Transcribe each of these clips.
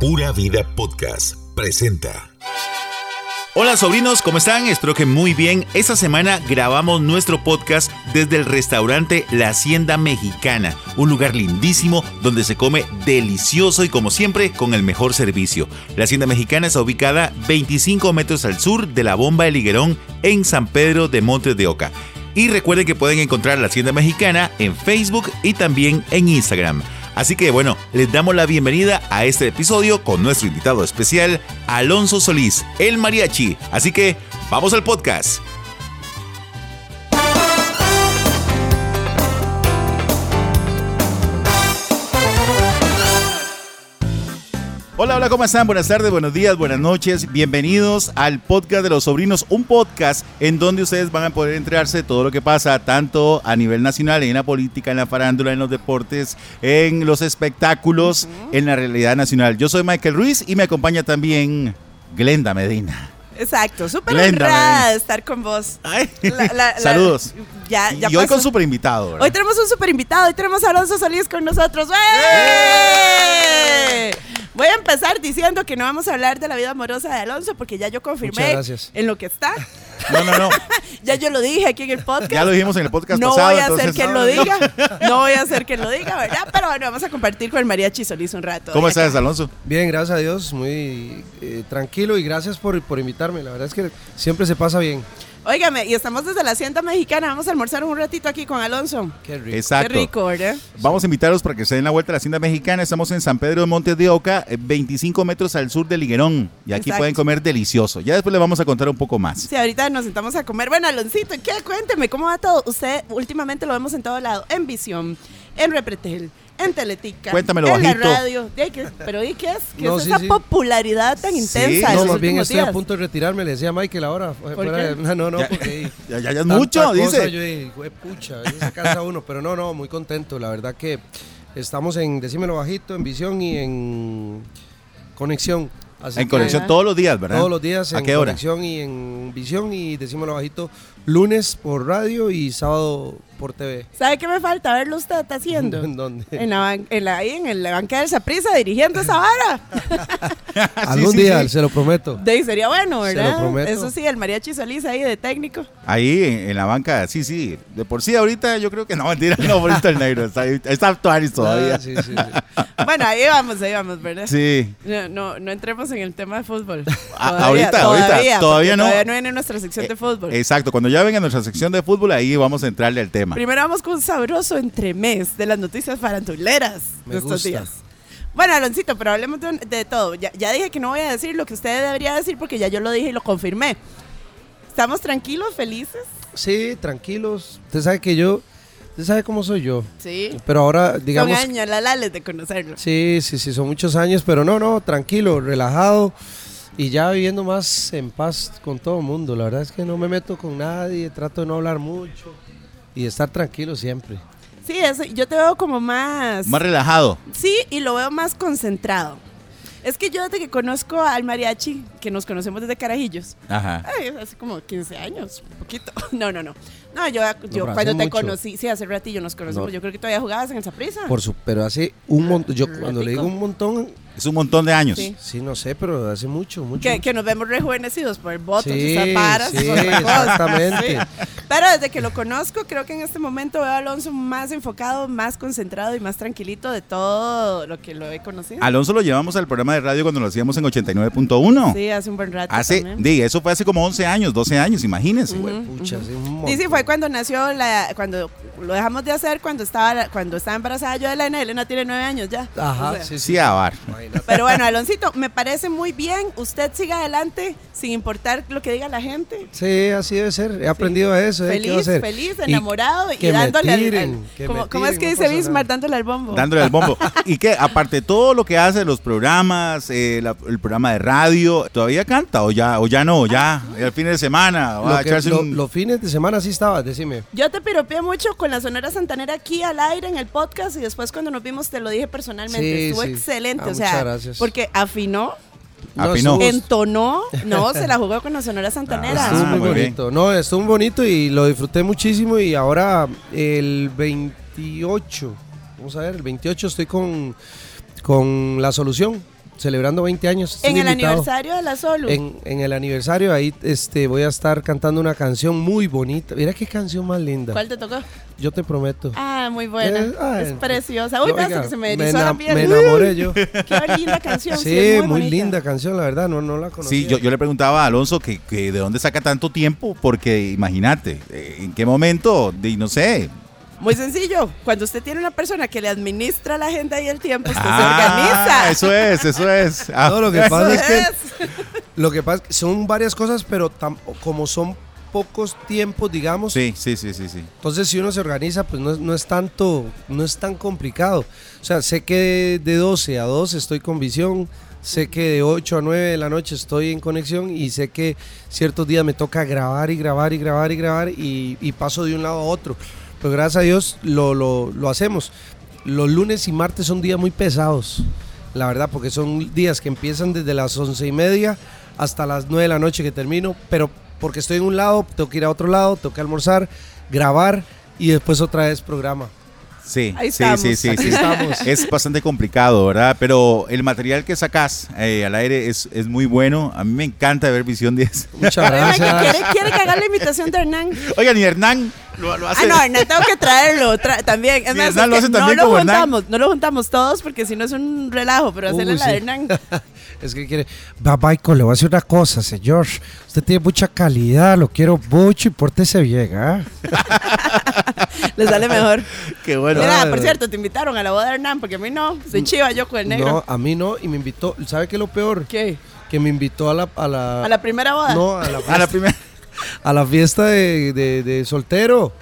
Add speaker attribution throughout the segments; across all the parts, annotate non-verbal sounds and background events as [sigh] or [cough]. Speaker 1: Pura Vida Podcast presenta.
Speaker 2: Hola sobrinos, ¿cómo están? Espero que muy bien. Esta semana grabamos nuestro podcast desde el restaurante La Hacienda Mexicana, un lugar lindísimo donde se come delicioso y como siempre con el mejor servicio. La Hacienda Mexicana está ubicada 25 metros al sur de la bomba del Higuerón en San Pedro de Montes de Oca. Y recuerden que pueden encontrar La Hacienda Mexicana en Facebook y también en Instagram. Así que bueno, les damos la bienvenida a este episodio con nuestro invitado especial, Alonso Solís, el mariachi. Así que vamos al podcast. Hola, hola, ¿cómo están? Buenas tardes, buenos días, buenas noches. Bienvenidos al podcast de los sobrinos, un podcast en donde ustedes van a poder enterarse de todo lo que pasa, tanto a nivel nacional, en la política, en la farándula, en los deportes, en los espectáculos, en la realidad nacional. Yo soy Michael Ruiz y me acompaña también Glenda Medina.
Speaker 3: Exacto, súper
Speaker 2: Glenda,
Speaker 3: honrada
Speaker 2: Belén.
Speaker 3: de estar con vos.
Speaker 2: [laughs] Ay,
Speaker 3: La- la- la-
Speaker 2: Saludos.
Speaker 3: Ya, ya
Speaker 2: y hoy
Speaker 3: pasó.
Speaker 2: con super invitado.
Speaker 3: Hoy tenemos un super invitado, hoy tenemos a Alonso Solís con nosotros. ¡Ey! Voy a empezar diciendo que no vamos a hablar de la vida amorosa de Alonso porque ya yo confirmé
Speaker 4: Muchas gracias.
Speaker 3: en lo que está.
Speaker 2: No, no,
Speaker 3: [laughs]
Speaker 2: no.
Speaker 3: Ya yo lo dije aquí en el podcast.
Speaker 2: Ya lo dijimos en el podcast
Speaker 3: no
Speaker 2: pasado.
Speaker 3: voy a hacer
Speaker 2: entonces-
Speaker 3: que él lo diga. No voy a hacer que él lo diga, ¿verdad? Pero bueno, vamos a compartir con el mariachi Solís un rato.
Speaker 2: ¿Cómo
Speaker 3: Deja
Speaker 2: estás, Alonso?
Speaker 4: Bien, gracias a Dios, muy eh, tranquilo y gracias por, por invitarme. La verdad es que siempre se pasa bien.
Speaker 3: Óigame, y estamos desde la hacienda mexicana. Vamos a almorzar un ratito aquí con Alonso.
Speaker 4: Qué rico.
Speaker 2: Exacto.
Speaker 3: Qué rico, ¿verdad?
Speaker 2: Vamos a invitarlos para que se den la vuelta a la Hacienda Mexicana. Estamos en San Pedro de Montes de Oca, eh, 25 metros al sur de Liguerón. Y aquí
Speaker 3: Exacto.
Speaker 2: pueden comer delicioso. Ya después les vamos a contar un poco más.
Speaker 3: Sí, ahorita nos sentamos a comer. Bueno, Aloncito, ¿qué? Cuénteme, ¿cómo va todo? Usted últimamente lo vemos en todo lado. En Visión, en Repretel, en Teletica.
Speaker 2: Cuéntamelo
Speaker 3: en
Speaker 2: bajito.
Speaker 3: la radio. Di que- Pero ¿y qué es? ¿Qué
Speaker 4: No,
Speaker 3: es
Speaker 4: sí,
Speaker 3: esa
Speaker 4: sí.
Speaker 3: popularidad tan
Speaker 2: Sí.
Speaker 3: intensa? de
Speaker 4: No,
Speaker 3: los
Speaker 4: más bien
Speaker 3: últimos
Speaker 4: estoy a
Speaker 3: días?
Speaker 4: punto de retirarme, le decía a Michael ahora. fu-
Speaker 3: ¿Por
Speaker 4: fuera
Speaker 3: qué?
Speaker 4: de- [laughs] no, no, no,
Speaker 2: Ya-
Speaker 4: porque
Speaker 2: Ya, ya, ya [laughs] es
Speaker 4: tanta
Speaker 2: mucho,
Speaker 4: cosa,
Speaker 2: dice.
Speaker 4: Yo dije, "Jue pucha, ahí se cansa uno, [laughs] pero no, no, muy contento. La verdad que estamos en Decímelo Bajito, en Visión y en Conexión. Así
Speaker 2: en
Speaker 4: que-
Speaker 2: conexión todos los días, ¿verdad?
Speaker 4: Todos los días
Speaker 2: ¿A
Speaker 4: en
Speaker 2: qué hora?
Speaker 4: Conexión y en Visión y Decímelo Bajito, lunes por radio y sábado por TV.
Speaker 3: ¿Sabe qué me falta? Verlo usted está haciendo.
Speaker 4: [laughs] ¿En dónde?
Speaker 3: En la, ban- en la- ahí en la banca del Saprisa dirigiendo esa vara.
Speaker 2: Ah, [laughs] sí,
Speaker 4: Algún
Speaker 2: sí,
Speaker 4: día,
Speaker 2: sí.
Speaker 4: se lo prometo.
Speaker 3: De ahí sería bueno,
Speaker 4: Se lo
Speaker 3: ¿verdad?
Speaker 4: prometo.
Speaker 3: Eso sí, el mariachi Solís ahí de técnico.
Speaker 2: Ahí en, en la banca, sí, sí. De por sí, ahorita yo creo que no, [laughs] mentira, no, ahorita está el negro. Está, está actual todavía.
Speaker 4: Ah,
Speaker 2: sí.
Speaker 4: sí, sí, sí.
Speaker 3: Bueno, ahí vamos, ahí vamos, ¿verdad? No, no, no entremos en el tema de fútbol.
Speaker 2: [laughs] A- ahorita, ahorita,
Speaker 3: porque
Speaker 2: todavía no. Eh,
Speaker 3: Todavía no viene nuestra sección de fútbol.
Speaker 2: Exacto, cuando ya venga nuestra sección de fútbol, ahí vamos a entrarle al tema.
Speaker 3: Primero vamos con un sabroso entremés de las noticias faranduleras
Speaker 4: Me
Speaker 3: de estos
Speaker 4: gusta.
Speaker 3: días. Bueno, Aloncito, pero hablemos de, de todo. Ya, ya dije que no voy a decir lo que usted debería decir porque ya yo lo dije y lo confirmé. ¿Estamos tranquilos, felices?
Speaker 4: Sí, tranquilos. Usted sabe que yo, usted sabe cómo soy yo.
Speaker 3: Sí.
Speaker 4: Pero ahora,
Speaker 3: Digamos,
Speaker 4: digamos...
Speaker 3: Son años, la lales de conocerlo.
Speaker 4: Sí, sí, sí, son muchos años, pero no, no, tranquilo, relajado y ya viviendo más en paz con todo el mundo. La verdad es que no me meto con nadie, trato de no hablar mucho y de estar tranquilo siempre.
Speaker 3: Sí, eso, yo te veo como más...
Speaker 2: Más relajado.
Speaker 3: Sí, y lo veo más concentrado. Es que yo desde que conozco al mariachi, que nos conocemos desde Carajillos,
Speaker 2: Ajá.
Speaker 3: Ay, hace como 15 años, un poquito. [laughs] No, no, no. No, yo, yo
Speaker 4: pero hace
Speaker 3: cuando te
Speaker 4: mucho.
Speaker 3: conocí, sí, hace ratillo nos conocimos.
Speaker 4: No.
Speaker 3: Yo creo que todavía jugabas en esa prisa.
Speaker 4: Por su, pero hace un montón, yo
Speaker 3: Ah,
Speaker 4: cuando le digo un montón,
Speaker 2: Es un montón de años.
Speaker 3: Sí.
Speaker 4: sí, no sé, pero hace mucho, mucho.
Speaker 3: que,
Speaker 4: mucho.
Speaker 3: que nos vemos rejuvenecidos por el botox y
Speaker 4: Sí,
Speaker 3: esas varas.
Speaker 4: sí,
Speaker 3: [laughs] esas cosas.
Speaker 4: exactamente.
Speaker 3: Sí. Pero desde que lo conozco, creo que en este momento veo a Alonso más enfocado, más concentrado y más tranquilito de todo lo que lo he conocido.
Speaker 4: Ah,
Speaker 2: Alonso lo llevamos al programa de radio cuando lo hacíamos en 89.1.
Speaker 3: Sí, hace un buen rato.
Speaker 2: Hace,
Speaker 3: también.
Speaker 2: di, eso fue hace como 11 años, 12 años, imagínense. güey.
Speaker 4: Pucha, hace un
Speaker 3: Sí, sí,
Speaker 4: montón.
Speaker 3: fue cuando nació, la, cuando lo dejamos de hacer, cuando estaba, la- cuando estaba embarazada yo de Elena. Elena tiene nueve años ya.
Speaker 4: Ajá,
Speaker 3: O sea,
Speaker 4: sí, sí.
Speaker 2: Sí, a bar.
Speaker 4: Imagínate.
Speaker 3: Pero
Speaker 4: [laughs]
Speaker 3: bueno, Aloncito, me parece muy bien. Usted siga adelante sin importar lo que diga la gente.
Speaker 4: Sí, así debe ser. He aprendido a eso. ¿eh? ¿Qué va a
Speaker 3: Feliz,
Speaker 4: hacer?
Speaker 3: feliz,
Speaker 4: Y
Speaker 3: enamorado y,
Speaker 4: que me
Speaker 3: dándole al-
Speaker 4: tiren,
Speaker 3: al.
Speaker 4: que me
Speaker 3: como, ¿cómo es
Speaker 4: tiren,
Speaker 3: que
Speaker 4: no
Speaker 3: dice
Speaker 4: pasa
Speaker 3: Bismarck?
Speaker 4: nada.
Speaker 3: Dándole al bombo.
Speaker 2: Dándole el
Speaker 4: [laughs]
Speaker 2: bombo. y que, aparte de todo lo que hace, los programas, eh, la- el programa de radio, ¿todavía canta o ya, o ya no? Ya, el fin de semana, Ah, va
Speaker 4: Ah. Lo
Speaker 2: a
Speaker 4: que-
Speaker 2: echarse
Speaker 4: lo-
Speaker 2: un-
Speaker 4: Los fines de semana sí estaba, decime.
Speaker 3: Yo te piropeé mucho con la Sonora Santanera aquí al aire en el podcast y después cuando nos vimos te lo dije personalmente.
Speaker 4: Sí,
Speaker 3: Estuvo
Speaker 4: sí.
Speaker 3: excelente.
Speaker 4: Ah,
Speaker 3: o
Speaker 4: muchas
Speaker 3: sea,
Speaker 4: gracias.
Speaker 3: porque afinó,
Speaker 2: Afinó.
Speaker 4: estuvo-
Speaker 3: entonó,
Speaker 4: [laughs]
Speaker 3: no, se la jugó con la Sonora
Speaker 2: Ah,
Speaker 3: Santanera.
Speaker 4: estuvo muy
Speaker 2: muy bien.
Speaker 4: bonito. No, estuvo muy bonito y lo disfruté muchísimo. Y ahora el 28, vamos a ver, el 28 estoy con, con La Solución. celebrando 20 años. estoy
Speaker 3: En el
Speaker 4: invitado.
Speaker 3: aniversario de la Solu.
Speaker 4: En, en el aniversario, ahí este, voy a estar cantando una canción muy bonita. Mira qué canción más linda.
Speaker 3: ¿Cuál te tocó?
Speaker 4: Yo te prometo.
Speaker 3: Ah, muy buena.
Speaker 4: Eh, ah,
Speaker 3: es preciosa. Uy,
Speaker 4: yo,
Speaker 3: parece
Speaker 4: oiga,
Speaker 3: que se me
Speaker 4: me
Speaker 3: erizó la
Speaker 4: enam-
Speaker 3: piel.
Speaker 4: me
Speaker 3: [laughs]
Speaker 4: enamoré yo.
Speaker 3: Qué linda canción.
Speaker 4: Sí,
Speaker 3: es
Speaker 4: muy,
Speaker 3: bonita.
Speaker 4: linda canción, la verdad, no, no la conocía.
Speaker 2: Sí, yo, yo le preguntaba a Alonso que, que de dónde saca tanto tiempo, porque imagínate, eh, en qué momento, de, no sé.
Speaker 3: Muy sencillo. Cuando usted tiene una persona que le administra la agenda y el
Speaker 4: Pues
Speaker 3: tiempo, usted
Speaker 2: Ah,
Speaker 3: se organiza.
Speaker 2: Eso es, eso es. Ah,
Speaker 4: No, lo que
Speaker 2: eso
Speaker 4: pasa es que
Speaker 3: es.
Speaker 4: Lo que pasa es que son varias cosas, pero tam- como son pocos tiempos, digamos,
Speaker 2: Sí, sí, sí, sí, sí.
Speaker 4: entonces si uno se organiza, pues no es, no es tanto, no es tan complicado. O sea, sé que de 12 a 2 estoy con visión, sé que de 8 a 9 de la noche estoy en conexión y sé que ciertos días me toca grabar y grabar y grabar y grabar y, y paso de un lado a otro. Pero gracias a Dios lo, lo- lo hacemos. Los lunes y martes son días muy pesados, la verdad, porque son días que empiezan desde las once y media hasta las 9 de la noche que termino, pero porque estoy en un lado, tengo que ir a otro lado, tengo que almorzar, grabar y después otra vez programa.
Speaker 2: Sí,
Speaker 3: Ahí
Speaker 2: sí,
Speaker 3: estamos,
Speaker 2: sí, sí,
Speaker 4: aquí
Speaker 2: sí.
Speaker 4: estamos.
Speaker 2: Es bastante complicado, ¿verdad? Pero el material que sacas eh, al aire es, es muy bueno. A mí me encanta ver Visión 10.
Speaker 4: Muchas
Speaker 3: Oiga, que
Speaker 4: gracias.
Speaker 3: quiere, quiere que haga la imitación de Hernán.
Speaker 2: [laughs] Oigan, y Hernán lo, lo
Speaker 3: Ah,
Speaker 2: hace.
Speaker 3: [laughs] no, Hernán, tengo que traerlo tra- también. Es
Speaker 2: Sí,
Speaker 3: más,
Speaker 2: Hernán
Speaker 3: es
Speaker 2: lo
Speaker 3: que
Speaker 2: hace
Speaker 3: no
Speaker 2: también
Speaker 3: lo
Speaker 2: como Hernán.
Speaker 3: juntamos, no lo juntamos todos porque si no es un relajo, pero hacerle
Speaker 4: Uy,
Speaker 3: la
Speaker 4: sí.
Speaker 3: de Hernán.
Speaker 4: [laughs] Es que quiere, va Michael, le voy a hacer una cosa, señor. Usted tiene mucha calidad, lo quiero mucho y pórtese bien, ¿ah?
Speaker 3: Le sale mejor.
Speaker 2: Qué bueno.
Speaker 3: Mira,
Speaker 4: no,
Speaker 3: por
Speaker 4: no.
Speaker 3: cierto, te invitaron a la boda de Hernán porque a mí no. Soy chiva, yo con el negro.
Speaker 4: No, a mí no, y me invitó, ¿sabe qué es lo peor?
Speaker 3: ¿Qué?
Speaker 4: Que me invitó a la... A la,
Speaker 3: ¿A la primera boda?
Speaker 4: no,
Speaker 3: [laughs]
Speaker 4: a la,
Speaker 2: A la primera.
Speaker 4: a la fiesta de, de- de soltero.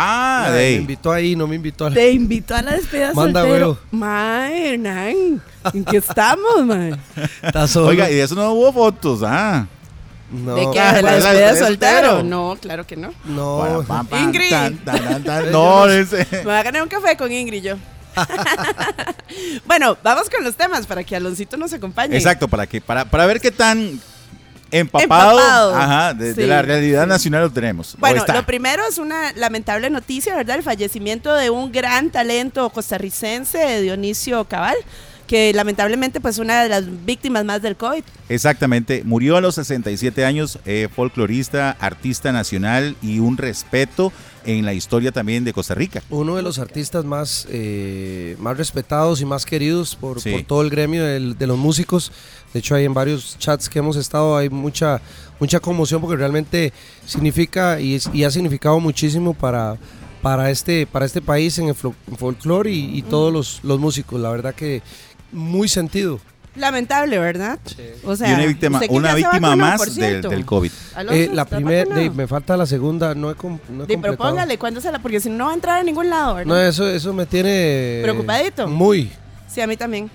Speaker 2: Ah,
Speaker 4: me
Speaker 2: de
Speaker 4: invitó ahí, no me invitó a la...
Speaker 3: Te invitó a la despedida
Speaker 4: Manda
Speaker 3: soltero.
Speaker 4: huevo.
Speaker 3: Mae, Hernán, ¿en qué estamos, mae?
Speaker 4: Está solo.
Speaker 2: Oiga, y de eso no hubo fotos, ah.
Speaker 4: no,
Speaker 3: ¿De qué?
Speaker 2: Ah, para
Speaker 3: ¿De la
Speaker 2: la
Speaker 3: despedida
Speaker 2: despedida
Speaker 3: soltero?
Speaker 2: soltero.
Speaker 3: No, claro que no.
Speaker 4: No.
Speaker 2: Para, pam, pam,
Speaker 3: Ingrid.
Speaker 2: tan, tan, tan, tan. No,
Speaker 3: Me
Speaker 2: ese-
Speaker 3: voy a ganar un café con Ingrid y
Speaker 2: [laughs]
Speaker 3: yo. bueno, vamos con los temas para que Aloncito nos acompañe.
Speaker 2: Exacto, para que para, para ver qué tan empapado,
Speaker 3: Empapado.
Speaker 2: ajá, de, de
Speaker 3: Sí,
Speaker 2: la realidad
Speaker 3: sí.
Speaker 2: nacional lo tenemos. o
Speaker 3: Bueno,
Speaker 2: está.
Speaker 3: lo primero es una lamentable noticia, ¿verdad? El fallecimiento de un gran talento costarricense, Dionisio Cabal, que lamentablemente pues una de las víctimas más del COVID.
Speaker 2: Exactamente, murió a los 67 años, eh, folclorista, artista nacional y un respeto en la historia también de Costa Rica.
Speaker 4: Uno de los artistas más, eh, más respetados y más queridos por,
Speaker 2: Sí.
Speaker 4: por todo el gremio del- de los músicos. De hecho, hay en varios chats que hemos estado, hay mucha, mucha conmoción porque realmente significa y, es- y ha significado muchísimo para, para, este, para este país en el flo- en folclore y, y todos los, los músicos. La verdad que muy sentido.
Speaker 3: Lamentable, ¿verdad? O
Speaker 2: y una víctima,
Speaker 3: usted que
Speaker 2: una
Speaker 3: ya se
Speaker 2: víctima
Speaker 3: vacunó,
Speaker 2: más
Speaker 3: por
Speaker 2: del,
Speaker 3: cierto.
Speaker 2: del
Speaker 3: [laughs]
Speaker 2: COVID.
Speaker 3: Alonso,
Speaker 4: Eh, la
Speaker 3: ¿está
Speaker 4: primera,
Speaker 3: vacunado?
Speaker 4: me falta la segunda, no he, com- no he
Speaker 3: Di, pero
Speaker 4: completado.
Speaker 3: póngale, ¿cuándo se la? Porque si no, no va a entrar a ningún lado, ¿verdad?
Speaker 4: No, eso, eso me tiene...
Speaker 3: Preocupadito.
Speaker 4: Muy.
Speaker 3: Sí, a mí también.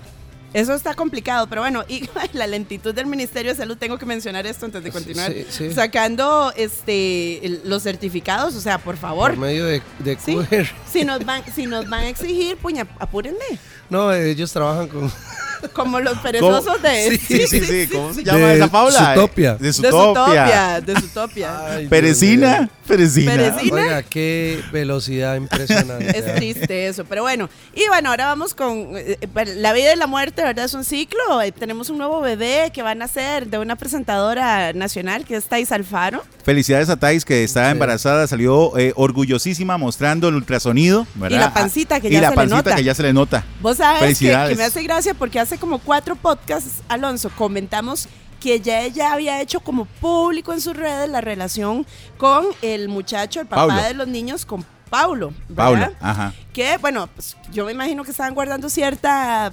Speaker 3: Eso está complicado, pero bueno, y [laughs] la lentitud del Ministerio de Salud, tengo que mencionar esto antes de
Speaker 4: Ah, Sí,
Speaker 3: continuar.
Speaker 4: sí, sí.
Speaker 3: Sacando este el- los certificados, o sea, por favor.
Speaker 4: Por medio de, de
Speaker 3: Sí.
Speaker 4: QR.
Speaker 3: Si nos van, si nos van a exigir, puña, apúrenle.
Speaker 4: [laughs] No, ellos trabajan con...
Speaker 3: Como
Speaker 4: [laughs]
Speaker 3: los perezosos de,
Speaker 4: Sí,
Speaker 2: Sí, sí, sí, ¿cómo se llama
Speaker 4: De
Speaker 2: esa Paula?
Speaker 4: Zootopia.
Speaker 2: De
Speaker 3: de
Speaker 2: Zootopia.
Speaker 3: Zootopia, de
Speaker 4: [laughs]
Speaker 3: Zootopia.
Speaker 2: Perecina, Perecina.
Speaker 3: Perecina.
Speaker 4: Oiga, qué velocidad impresionante.
Speaker 3: [laughs] Es
Speaker 4: ¿eh?
Speaker 3: triste eso, pero bueno. Y bueno, ahora vamos con eh, eh, la vida y la muerte, ¿verdad? Es un ciclo. Eh, Tenemos un nuevo bebé que va a nacer de una presentadora nacional que es Thais Alfaro.
Speaker 2: Felicidades a Thais que estaba
Speaker 4: Sí.
Speaker 2: embarazada, salió eh, orgullosísima mostrando el ultrasonido. ¿verdad?
Speaker 3: Y la pancita que
Speaker 2: Y
Speaker 3: ya
Speaker 2: la
Speaker 3: se le
Speaker 2: pancita
Speaker 3: nota.
Speaker 2: que ya se le nota.
Speaker 3: Vos sabes que- que,
Speaker 2: Felicidades.
Speaker 3: me hace gracia porque hace como cuatro podcasts, Alonso, comentamos que ya ella había hecho como público en sus redes la relación con el muchacho, el papá
Speaker 2: Paulo.
Speaker 3: de los niños, con Paulo, ¿verdad?
Speaker 2: Paula, ajá.
Speaker 3: Que, bueno, pues, yo me imagino que estaban guardando cierta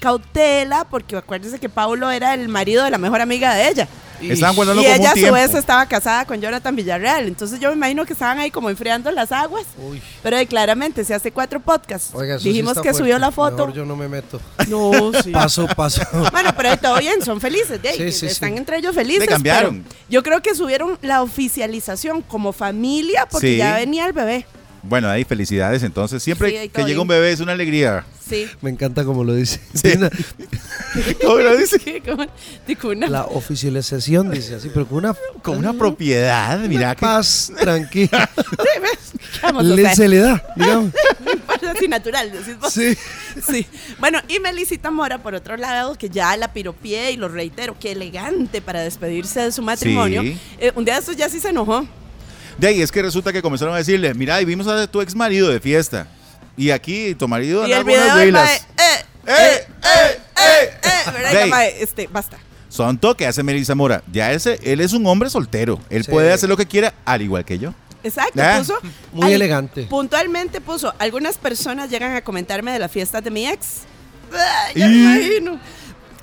Speaker 3: cautela porque acuérdense que Paulo era el marido de la mejor amiga de ella.
Speaker 2: Estaban guardando
Speaker 3: Y
Speaker 2: como
Speaker 3: ella
Speaker 2: un
Speaker 3: a su
Speaker 2: tiempo.
Speaker 3: vez estaba casada con Jonathan Villarreal. Entonces yo me imagino que estaban ahí como enfriando las aguas.
Speaker 4: Uy.
Speaker 3: Pero eh, claramente, se hace cuatro podcasts.
Speaker 4: Oiga, eso sí
Speaker 3: Dijimos
Speaker 4: está
Speaker 3: que
Speaker 4: fuerte.
Speaker 3: subió la foto.
Speaker 4: Mejor yo no me meto.
Speaker 3: No, sí. [laughs]
Speaker 4: Paso, paso. [laughs]
Speaker 3: Bueno, pero ahí todo bien, son felices. de ahí,
Speaker 4: Sí,
Speaker 3: que
Speaker 4: sí,
Speaker 3: están
Speaker 4: sí.
Speaker 3: entre ellos felices.
Speaker 2: Le cambiaron.
Speaker 3: pero Yo creo que subieron la oficialización como familia porque
Speaker 2: Sí.
Speaker 3: ya venía el bebé.
Speaker 2: Bueno, ahí felicidades entonces. Siempre
Speaker 3: Sí, ahí
Speaker 2: que
Speaker 3: todo
Speaker 2: llega un
Speaker 3: bien.
Speaker 2: bebé es una
Speaker 3: [laughs]
Speaker 2: alegría.
Speaker 3: Sí.
Speaker 4: Me encanta como lo dice.
Speaker 2: ¿Cómo lo dice?
Speaker 3: Sí, [laughs] como- de cuna.
Speaker 4: [laughs] La oficialización dice así, pero con una
Speaker 2: [laughs] Con una propiedad, mira que [laughs]
Speaker 4: paz tranquila.
Speaker 3: Sí, ¿ves? Vamos, o
Speaker 4: Le-
Speaker 3: sea, [laughs]
Speaker 4: se le da, digamos.
Speaker 3: no importa así natural, decís vos.
Speaker 4: Sí.
Speaker 3: Sí. Bueno, y Melisita Mora, por otro lado, que ya la piropié y lo reitero, qué elegante para despedirse de su matrimonio.
Speaker 2: Sí.
Speaker 3: Eh, un día de estos ya sí se enojó.
Speaker 2: De ahí es que resulta que comenzaron a decirle, mira, y vimos a tu ex marido de fiesta. Y aquí tu marido
Speaker 3: Y el
Speaker 2: andaba con
Speaker 3: video
Speaker 2: unas
Speaker 3: del mae,
Speaker 2: huilas.
Speaker 3: eh,
Speaker 2: ¡Eh, eh, eh!
Speaker 3: eh, ¿verdad?
Speaker 2: Ve.
Speaker 3: Ya, mae, este, basta.
Speaker 2: Son toque hace Melissa Mora. Ya ese, él es un hombre soltero. Él
Speaker 4: Sí.
Speaker 2: puede hacer lo que quiera, al igual que yo.
Speaker 3: Exacto,
Speaker 2: Ah,
Speaker 3: puso.
Speaker 4: muy elegante.
Speaker 3: Puntualmente puso. Algunas personas llegan a comentarme de las fiestas de mi ex. Ah, ya
Speaker 2: Y-
Speaker 3: me imagino.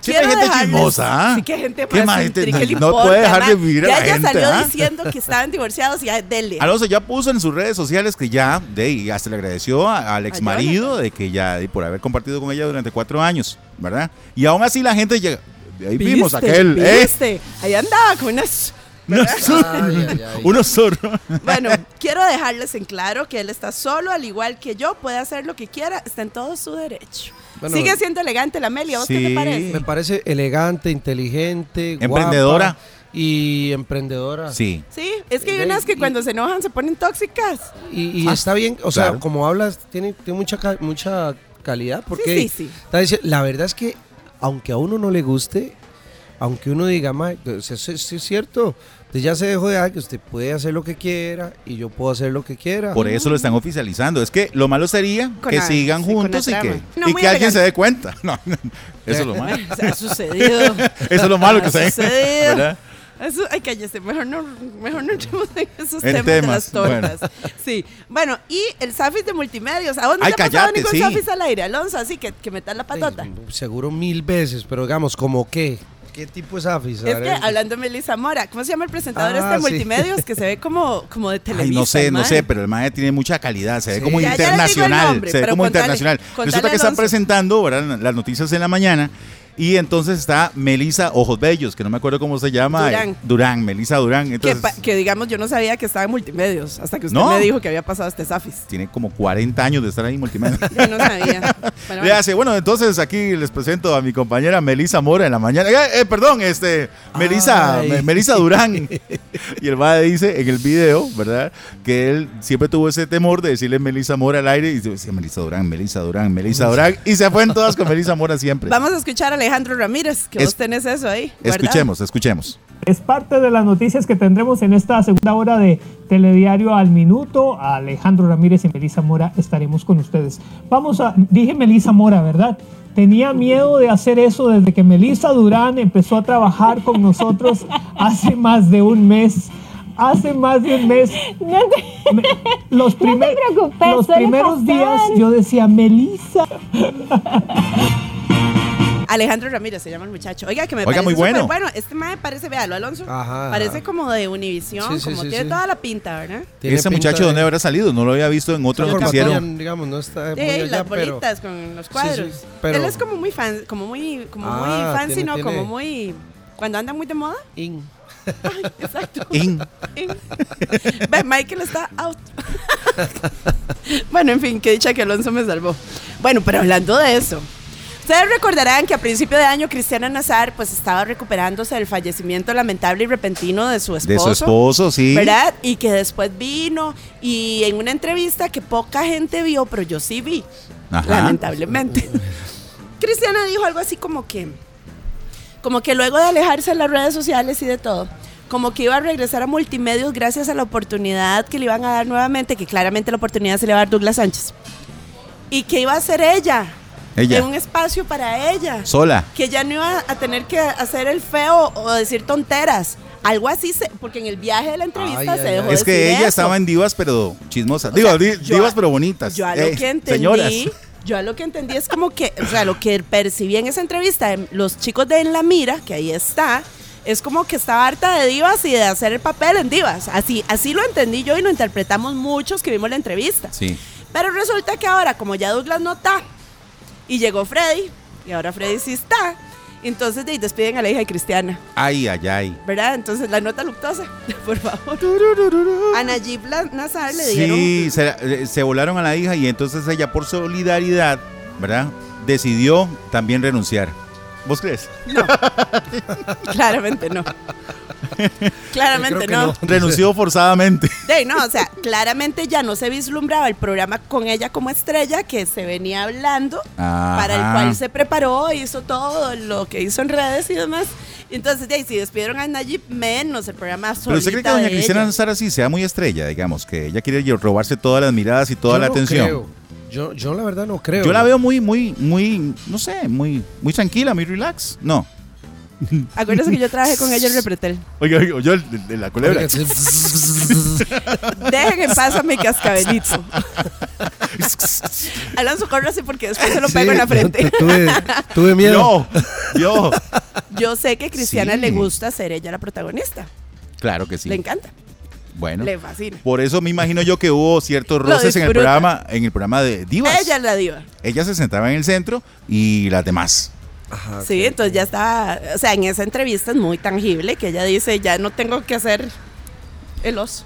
Speaker 2: Sí, hay gente
Speaker 3: dejarles-
Speaker 2: chismosa, ¿ah?
Speaker 3: Sí, que gente
Speaker 2: Qué
Speaker 3: más
Speaker 2: más
Speaker 3: intri-
Speaker 2: gente-
Speaker 3: ¿qué le
Speaker 2: no puede dejar de
Speaker 3: ma?
Speaker 2: vivir a
Speaker 3: Ya
Speaker 2: la
Speaker 3: ella
Speaker 2: gente,
Speaker 3: salió
Speaker 2: ¿ah?
Speaker 3: diciendo que estaban divorciados y ya, dele.
Speaker 2: Alonso ya puso en sus redes sociales que ya, de, y hasta le agradeció a- al ex marido de que ya, de, por haber compartido con ella durante cuatro años, ¿verdad? Y aún así la gente llega. de Ahí vimos
Speaker 3: Viste,
Speaker 2: aquel, ¿eh?
Speaker 3: viste. Ahí andaba con unas.
Speaker 2: Unos,
Speaker 4: [laughs] Ay, ay, ay.
Speaker 2: unos
Speaker 3: [laughs]
Speaker 2: zorros.
Speaker 3: Bueno, quiero dejarles en claro que él está solo, al igual que yo, puede hacer lo que quiera, está en todo su derecho.
Speaker 4: Bueno,
Speaker 3: Sigue siendo elegante la Meli, ¿a vos qué
Speaker 2: sí.
Speaker 3: te parece?
Speaker 4: Me parece elegante, inteligente, guapa
Speaker 2: Emprendedora.
Speaker 4: y emprendedora.
Speaker 2: Sí.
Speaker 3: Sí, es que hay
Speaker 4: Ve,
Speaker 3: unas que
Speaker 4: y-
Speaker 3: cuando se enojan se ponen tóxicas.
Speaker 4: Y, y
Speaker 2: Ah,
Speaker 4: está bien, o sea,
Speaker 2: claro.
Speaker 4: como hablas, tiene, tiene mucha, ca- mucha calidad. Porque
Speaker 3: Sí, sí, sí.
Speaker 4: está dici- la verdad es que, aunque a uno no le guste, aunque uno diga, "Mae, o sea, eso, eso es cierto, usted ya se dejó de dar que usted puede hacer lo que quiera y yo puedo hacer lo que quiera.
Speaker 2: Por eso lo están oficializando. Es que lo malo sería
Speaker 3: Con
Speaker 2: que
Speaker 3: la-
Speaker 2: sigan
Speaker 3: sí, con la
Speaker 2: juntos y
Speaker 3: trama.
Speaker 2: que,
Speaker 3: No,
Speaker 2: y
Speaker 3: muy
Speaker 2: que alguien
Speaker 3: elegante.
Speaker 2: se dé cuenta. [laughs] No, no, eso es lo [laughs] malo.
Speaker 3: Se ha sucedido.
Speaker 2: Eso es lo malo que
Speaker 3: Ha
Speaker 2: se
Speaker 3: sucedido.
Speaker 2: ¿verdad?
Speaker 3: Eso, ay, cállese, mejor no, mejor no entremos en esos
Speaker 2: En
Speaker 3: temas, de las
Speaker 2: temas, bueno.
Speaker 3: tortas. Sí, bueno, y el Safis de Multimedios. ¿A dónde
Speaker 2: Ay,
Speaker 3: te ha pasado
Speaker 2: cállate,
Speaker 3: ningún
Speaker 2: sí.
Speaker 3: Safis al aire, Alonso? Así que, que metan la patota.
Speaker 4: Ey, Seguro mil veces, pero digamos, ¿como qué? ¿Qué tipo es AFIS? A
Speaker 3: Es
Speaker 4: ver,
Speaker 3: que
Speaker 4: eh.
Speaker 3: hablando de Melissa Mora, ¿cómo se llama el presentador
Speaker 4: Ah,
Speaker 3: este de
Speaker 4: sí.
Speaker 3: multimedios que se ve como, como de televisión?
Speaker 2: [laughs] Ay, no sé, no sé, pero el mae tiene mucha calidad, se ve
Speaker 4: Sí.
Speaker 2: como
Speaker 4: Ya- ya
Speaker 3: les digo el
Speaker 2: internacional,
Speaker 3: nombre,
Speaker 2: se ve
Speaker 3: pero
Speaker 2: como
Speaker 3: contale,
Speaker 2: internacional.
Speaker 3: contale,
Speaker 2: Resulta que están
Speaker 3: Alonso.
Speaker 2: presentando ¿verdad? las noticias en la mañana y entonces está Melisa Ojos Bellos, que no me acuerdo cómo se llama.
Speaker 3: Durán.
Speaker 2: eh, Durán, Melisa Durán.
Speaker 3: Que,
Speaker 2: pues, Entonces,
Speaker 3: pa- que digamos, yo no sabía que estaba en multimedios hasta que usted
Speaker 2: No.
Speaker 3: me dijo que había pasado este Safis.
Speaker 2: tiene como 40 años de estar ahí en multimedia.
Speaker 3: Yo
Speaker 2: [laughs]
Speaker 3: no sabía. Bueno,
Speaker 2: Le hace, bueno, entonces aquí les presento a mi compañera Melisa Mora en la mañana. Eh, eh, perdón, este, Melisa,
Speaker 4: Ay.
Speaker 2: Me- Melisa Durán. y el madre dice en el video, ¿verdad? Que él siempre tuvo ese temor de decirle Melisa Mora al aire y dice, Melisa Durán, Melisa Durán, Melisa Durán. Y se fue en todas con Melisa Mora siempre.
Speaker 3: vamos a escuchar a Alejandro Ramírez, que
Speaker 2: Es-
Speaker 3: vos tenés eso ahí. guardado.
Speaker 2: escuchemos, escuchemos.
Speaker 5: Es parte de las noticias que tendremos en esta segunda hora de Telediario al Minuto. Alejandro Ramírez y Melisa Mora estaremos con ustedes. Vamos a, dije Melisa Mora, ¿verdad? Tenía miedo de hacer eso desde que Melisa Durán empezó a trabajar con
Speaker 6: [laughs]
Speaker 5: nosotros hace más de un mes. Hace más de un mes.
Speaker 6: No te-
Speaker 5: Me- los primer-
Speaker 6: preocupes,
Speaker 5: los
Speaker 6: suele
Speaker 5: primeros
Speaker 6: pasar.
Speaker 5: días yo decía, Melisa,
Speaker 3: Alejandro Ramírez se llama el muchacho. Oiga, que me
Speaker 2: Oiga,
Speaker 3: parece
Speaker 2: muy bueno.
Speaker 3: súper bueno. Este mae parece, véalo, Alonso.
Speaker 4: Ajá.
Speaker 3: Parece como de Univisión,
Speaker 4: Sí, sí,
Speaker 3: como
Speaker 4: sí,
Speaker 3: tiene
Speaker 4: sí.
Speaker 3: toda la pinta, ¿verdad?
Speaker 4: Tiene
Speaker 2: Ese
Speaker 4: pinta
Speaker 2: muchacho,
Speaker 4: de-
Speaker 2: ¿dónde habrá salido? No lo había visto en otro
Speaker 4: Esa
Speaker 2: noticiero.
Speaker 4: corbata, digamos, no está
Speaker 3: Sí,
Speaker 4: muy
Speaker 3: las
Speaker 4: allá, pero-
Speaker 3: bolitas con los
Speaker 4: Sí,
Speaker 3: cuadros.
Speaker 4: sí, pero-
Speaker 3: Él es como muy fan, como muy, como
Speaker 4: Ah,
Speaker 3: muy fancy,
Speaker 4: tiene-
Speaker 3: ¿no?
Speaker 4: tiene-
Speaker 3: Como muy. Cuando andan muy de moda. [laughs]
Speaker 4: In.
Speaker 3: Exacto.
Speaker 2: In.
Speaker 3: [laughs] Ve, Michael está out. [laughs] bueno, en fin, que dicha que Alonso me salvó. Bueno, pero hablando de eso. Ustedes recordarán que a principio de año Cristiana Nazar pues estaba recuperándose del fallecimiento lamentable y repentino de su esposo.
Speaker 2: De su esposo, sí.
Speaker 3: ¿Verdad? Y que después vino y en una entrevista que poca gente vio, pero yo sí vi,
Speaker 2: Ajá.
Speaker 3: lamentablemente. [laughs] Cristiana dijo algo así como que, como que luego de alejarse de las redes sociales y de todo, como que iba a regresar a multimedios gracias a la oportunidad que le iban a dar nuevamente, que claramente la oportunidad se le va a dar Douglas Sánchez. Y que iba a ser ella, en un
Speaker 2: Ella,
Speaker 3: espacio para ella
Speaker 2: sola.
Speaker 3: que ya no iba a tener que hacer el feo o decir tonteras. Algo así, se- porque en el viaje de la entrevista
Speaker 4: Ay,
Speaker 3: se
Speaker 4: ay,
Speaker 3: dejó
Speaker 4: ay.
Speaker 2: Es que
Speaker 3: decir
Speaker 2: ella
Speaker 3: eso.
Speaker 2: estaba en divas, pero chismosas. Digo, di-
Speaker 3: yo a-
Speaker 2: divas, pero bonitas.
Speaker 3: Yo a lo
Speaker 2: Eh,
Speaker 3: que entendí,
Speaker 2: Señoras.
Speaker 3: yo a lo que entendí es como que, o sea, lo que percibí en esa entrevista de los chicos de En la Mira, que ahí está, es como que estaba harta de divas y de hacer el papel en divas. Así, así lo entendí yo y lo interpretamos muchos que vimos la entrevista.
Speaker 2: Sí.
Speaker 3: Pero resulta que ahora, como ya Douglas no está, y llegó Freddy, y ahora Freddy sí está, entonces de ahí despiden a la hija de Cristiana,
Speaker 2: Ay, ay, ay.
Speaker 3: ¿verdad? Entonces la nota luctuosa, [laughs] por favor. A Najib La- Nazar le
Speaker 2: Sí,
Speaker 3: dieron...
Speaker 2: se, eh, se volaron a la hija y entonces ella por solidaridad, ¿verdad? Decidió también renunciar. ¿Vos crees?
Speaker 3: Claramente no. Claramente
Speaker 4: que no.
Speaker 3: no.
Speaker 2: Renunció forzadamente. [laughs]
Speaker 3: De ahí, no, o sea, claramente ya no se vislumbraba el programa con ella como estrella que se venía hablando,
Speaker 2: Ajá.
Speaker 3: para el cual se preparó, hizo todo lo que hizo en redes y demás. Entonces, de ahí, si despidieron a Nayib, menos el programa
Speaker 2: Pero usted cree que
Speaker 3: solita
Speaker 2: doña
Speaker 3: de
Speaker 2: Cristina
Speaker 3: ella.
Speaker 2: Nazar así sea muy estrella, digamos, que ella quiere lle- robarse todas las miradas y toda
Speaker 4: Yo
Speaker 2: la
Speaker 4: no
Speaker 2: atención.
Speaker 4: creo. Yo, yo la verdad no creo.
Speaker 2: Yo la veo muy, muy, muy, no sé, muy, muy tranquila, muy relax. No.
Speaker 3: Acuérdese que yo trabajé con ella en Repretel.
Speaker 2: Oiga, oiga, yo el- el- la culebra.
Speaker 4: Oiga, sí.
Speaker 3: Dejen en paz a
Speaker 2: [laughs]
Speaker 3: mi cascabelito. Alonso, córrase porque después se lo [laughs] pego en la
Speaker 4: Sí,
Speaker 3: frente.
Speaker 2: [laughs]
Speaker 4: tu- Tuve, tuve miedo.
Speaker 2: Yo, yo.
Speaker 3: Yo sé que a Cristiana
Speaker 2: Sí.
Speaker 3: le gusta ser ella la protagonista.
Speaker 2: Claro que sí.
Speaker 3: Le encanta,
Speaker 2: Bueno.
Speaker 3: le fascina.
Speaker 2: Por eso me imagino yo que hubo ciertos roces en el
Speaker 3: disfruta.
Speaker 2: programa, en el programa de Divas.
Speaker 3: Ella es la diva.
Speaker 2: Ella se sentaba en el centro y las demás.
Speaker 4: Ajá,
Speaker 3: Sí, entonces ya está, o sea, en esa entrevista es muy tangible que ella dice, ya no tengo que hacer el oso.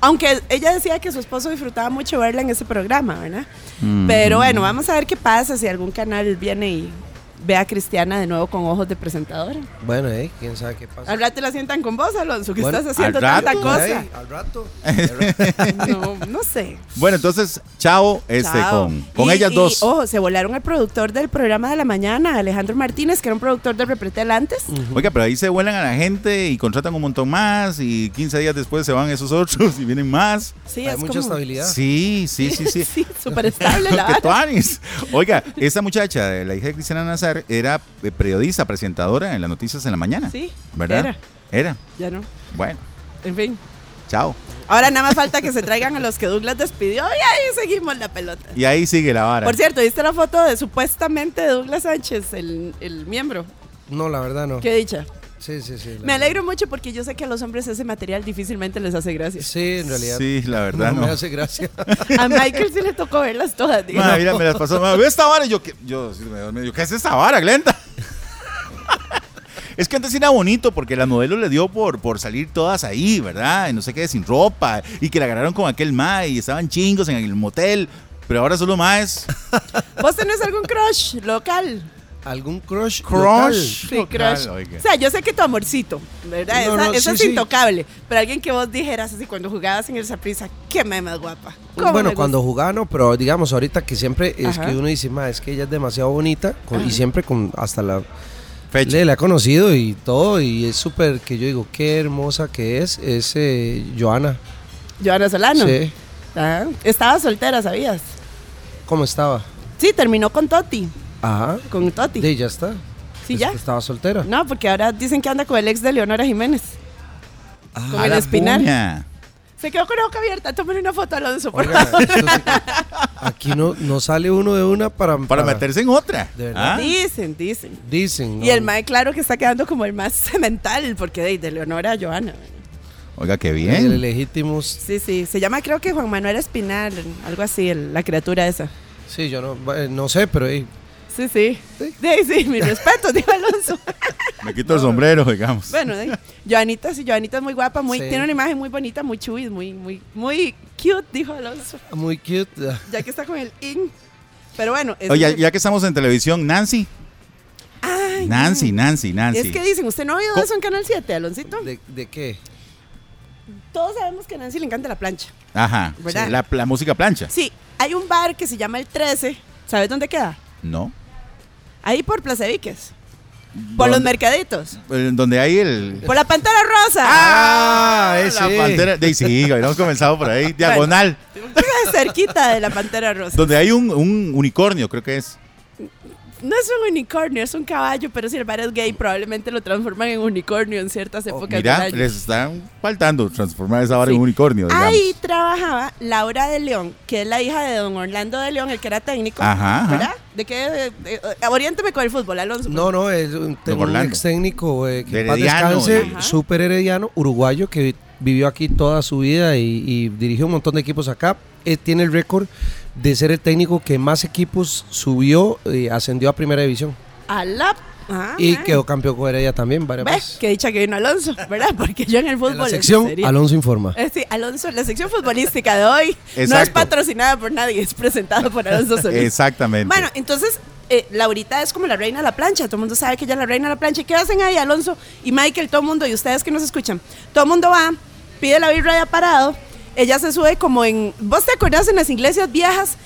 Speaker 3: Aunque ella decía que su esposo disfrutaba mucho verla en ese programa, ¿verdad? Pero bueno, vamos a ver qué pasa si algún canal viene y ve a Cristiana de nuevo con ojos de presentadora.
Speaker 4: Bueno, eh, quién sabe qué pasa.
Speaker 3: Al rato la sientan con vos, Alonso, que
Speaker 4: Bueno,
Speaker 3: estás haciendo
Speaker 2: al rato.
Speaker 3: tanta cosa.
Speaker 4: Ey,
Speaker 2: [laughs]
Speaker 4: al rato.
Speaker 3: No, no sé.
Speaker 2: Bueno, entonces, chao, [laughs] este,
Speaker 3: Chao.
Speaker 2: con, con
Speaker 3: Y-
Speaker 2: ellas
Speaker 3: y, oh.
Speaker 2: dos.
Speaker 3: Ojo, se volaron al productor del programa de la mañana, Alejandro Martínez, que era un productor de Repretel antes.
Speaker 2: Oiga, pero ahí se vuelan a la gente y contratan un montón más y 15 días después se van esos otros y vienen más.
Speaker 3: Sí,
Speaker 4: Hay
Speaker 3: es
Speaker 4: mucha
Speaker 3: como-
Speaker 4: estabilidad.
Speaker 2: Sí, sí, sí, [laughs]
Speaker 3: [laughs]
Speaker 2: sí.
Speaker 3: Sí, súper estable la
Speaker 2: Que
Speaker 3: vara.
Speaker 2: tuanis. Oiga, esta muchacha, eh, la hija de Cristina Nazar, era eh, periodista, presentadora en las noticias en la mañana.
Speaker 3: Sí,
Speaker 2: ¿Verdad? Era.
Speaker 3: Ya no.
Speaker 2: Bueno,
Speaker 3: En fin.
Speaker 2: chao.
Speaker 3: Ahora nada más falta que se traigan a los que Douglas despidió y ahí seguimos la pelota.
Speaker 2: Y ahí sigue la vara.
Speaker 3: Por cierto, ¿viste la foto de supuestamente Douglas Sánchez, el, el miembro?
Speaker 4: No, la verdad no.
Speaker 3: Qué dicha.
Speaker 4: Sí, sí, sí. la
Speaker 3: Me
Speaker 4: verdad.
Speaker 3: alegro mucho porque yo sé que a los hombres ese material difícilmente les hace
Speaker 2: [laughs]
Speaker 3: gracia.
Speaker 4: Sí, en realidad.
Speaker 2: Sí, la verdad
Speaker 4: No
Speaker 2: no.
Speaker 4: me
Speaker 2: [laughs]
Speaker 4: hace gracia.
Speaker 3: A Michael sí le tocó verlas todas, digamos.
Speaker 2: Ma, mira, me las pasó. ma, ve esta vara. Y yo, ¿qué, yo, sí, me dormí, yo, ¿qué es esta vara, Glenda? Es que antes era bonito porque la modelo le dio por, por salir todas ahí, ¿verdad? Y no sé qué, sin ropa. Y que la agarraron con aquel ma y estaban chingos en el motel. Pero ahora solo más.
Speaker 3: ¿Vos tenés algún crush local?
Speaker 4: ¿Algún crush?
Speaker 2: Crush.
Speaker 3: Sí,
Speaker 2: Local,
Speaker 3: crush.
Speaker 2: oiga.
Speaker 3: O sea, yo sé que tu amorcito, ¿verdad?
Speaker 4: No,
Speaker 3: Esa-
Speaker 4: no,
Speaker 3: eso
Speaker 4: sí,
Speaker 3: es
Speaker 4: sí.
Speaker 3: intocable. Pero alguien que vos dijeras así cuando jugabas en el Saprissa, qué me más guapa. ¿Cómo
Speaker 4: local? Bueno,
Speaker 3: me
Speaker 4: cuando jugaba no, pero digamos ahorita que siempre es
Speaker 3: Ajá.
Speaker 4: que uno dice, ma, es que ella es demasiado bonita con- y siempre con hasta la...
Speaker 2: Fecha.
Speaker 4: Le, la he conocido y todo y es súper que yo digo, qué hermosa que es, es eh, Joana.
Speaker 3: gusta? Joana Solano.
Speaker 4: Sí.
Speaker 3: Ah, Estaba soltera, ¿sabías?
Speaker 4: ¿Cómo estaba?
Speaker 3: Sí, terminó con Toti.
Speaker 4: Ajá.
Speaker 3: Con Toti.
Speaker 4: Sí, ya está.
Speaker 3: Sí,
Speaker 4: Es
Speaker 3: ya.
Speaker 4: que Estaba soltera.
Speaker 3: No, porque ahora dicen que anda con el ex de Leonora Jiménez. con
Speaker 2: A
Speaker 3: el
Speaker 2: Ah, la
Speaker 3: Espinar.
Speaker 2: puña.
Speaker 3: Se quedó con la boca abierta. Tómale una foto, Alonso. por
Speaker 4: Oiga,
Speaker 3: favor.
Speaker 4: esto sí que- aquí no, no sale uno de una para...
Speaker 2: Para meterse en otra.
Speaker 4: Ah. De verdad.
Speaker 2: ¿Ah?
Speaker 3: Dicen, dicen.
Speaker 4: Dicen.
Speaker 3: Y el
Speaker 4: ¿no?
Speaker 3: mae, claro que está quedando como el más [laughs] cemental, porque de, de Leonora a Joana.
Speaker 2: Oiga, qué
Speaker 4: El
Speaker 2: bien.
Speaker 4: legítimo.
Speaker 3: Sí, sí. Se llama, creo que Juan Manuel Espinal, algo así, el- la criatura esa.
Speaker 4: Sí, yo no, eh, no sé, pero eh,
Speaker 3: Sí, sí. Sí, sí, mi respeto, [laughs] dijo Alonso.
Speaker 2: Me quito el sombrero, digamos.
Speaker 3: Bueno, de- Joanita, sí, Joanita es muy guapa, muy,
Speaker 4: Sí.
Speaker 3: tiene una imagen muy bonita, muy chubis, muy, muy, muy cute, dijo Alonso,
Speaker 4: muy cute.
Speaker 3: ya que está con el in. Pero bueno, es,
Speaker 2: Oye, ya que estamos en televisión, Nancy.
Speaker 3: Ay,
Speaker 2: Nancy, Nancy, Nancy.
Speaker 3: es que dicen, ¿usted no ha oído
Speaker 2: Co-
Speaker 3: eso en Canal 7, Aloncito?
Speaker 4: ¿De, de qué?
Speaker 3: Todos sabemos que a Nancy le encanta la plancha.
Speaker 2: Ajá.
Speaker 3: ¿Verdad?
Speaker 2: sí, La, la música plancha.
Speaker 3: Sí, hay un bar que se llama El 13, ¿sabes dónde queda?
Speaker 2: No.
Speaker 3: Ahí por Plaza Viques, por los
Speaker 2: ¿Dónde?
Speaker 3: mercaditos,
Speaker 2: Eh, donde hay el.
Speaker 3: por la Pantera Rosa.
Speaker 4: Ah, ese.
Speaker 2: La pantera. De,
Speaker 3: [laughs]
Speaker 2: sí, habíamos comenzado por ahí. Diagonal.
Speaker 3: Entonces, cerquita de la Pantera Rosa.
Speaker 2: Donde hay un, un unicornio, creo que es.
Speaker 3: No es un unicornio, es un caballo, pero si el bar es gay, probablemente lo transforman en unicornio en ciertas épocas
Speaker 2: Oh, Mira,
Speaker 3: del año.
Speaker 2: les están faltando transformar esa vara en
Speaker 3: Sí.
Speaker 2: un unicornio, digamos.
Speaker 3: Ahí trabajaba Laura de León, que es la hija de don Orlando de León, el que era técnico.
Speaker 2: Ajá, ajá.
Speaker 3: ¿Verdad? ¿De qué? De- de- eh, oriénteme con el fútbol, Alonso.
Speaker 4: No, no, es un,
Speaker 2: Don
Speaker 4: un
Speaker 2: Orlando.
Speaker 4: ex técnico eh, que en paz
Speaker 2: Herediano,
Speaker 4: descanse,
Speaker 2: y-
Speaker 3: Ajá.
Speaker 4: súper herediano, uruguayo que vi- vivió aquí toda su vida y, y dirigió un montón de equipos acá. Eh, tiene el récord de ser el técnico que más equipos subió y ascendió a primera división.
Speaker 3: A la. Ajá,
Speaker 4: y
Speaker 3: ajá.
Speaker 4: quedó campeón con Heredia también varias
Speaker 3: Ah, ¿Ves?
Speaker 4: veces.
Speaker 3: Que dicha que vino Alonso, ¿verdad? [laughs] Porque yo en el fútbol.
Speaker 4: En la
Speaker 3: eso
Speaker 4: sección,
Speaker 3: sería.
Speaker 4: Alonso informa.
Speaker 3: Eh, sí, Alonso, la sección futbolística de hoy no es
Speaker 2: Exacto. [laughs]
Speaker 3: patrocinada por nadie, es presentada por Alonso Solís.
Speaker 2: Exactamente.
Speaker 3: Bueno, entonces eh, Laurita es como la reina de la plancha, todo el mundo sabe que ella es la reina de la plancha. ¿Y ¿Qué hacen ahí, Alonso y Michael, todo el mundo, y ustedes que nos escuchan? Todo el mundo va, pide la birra ya parado, ella se sube como en, vos te acordás en las iglesias viejas,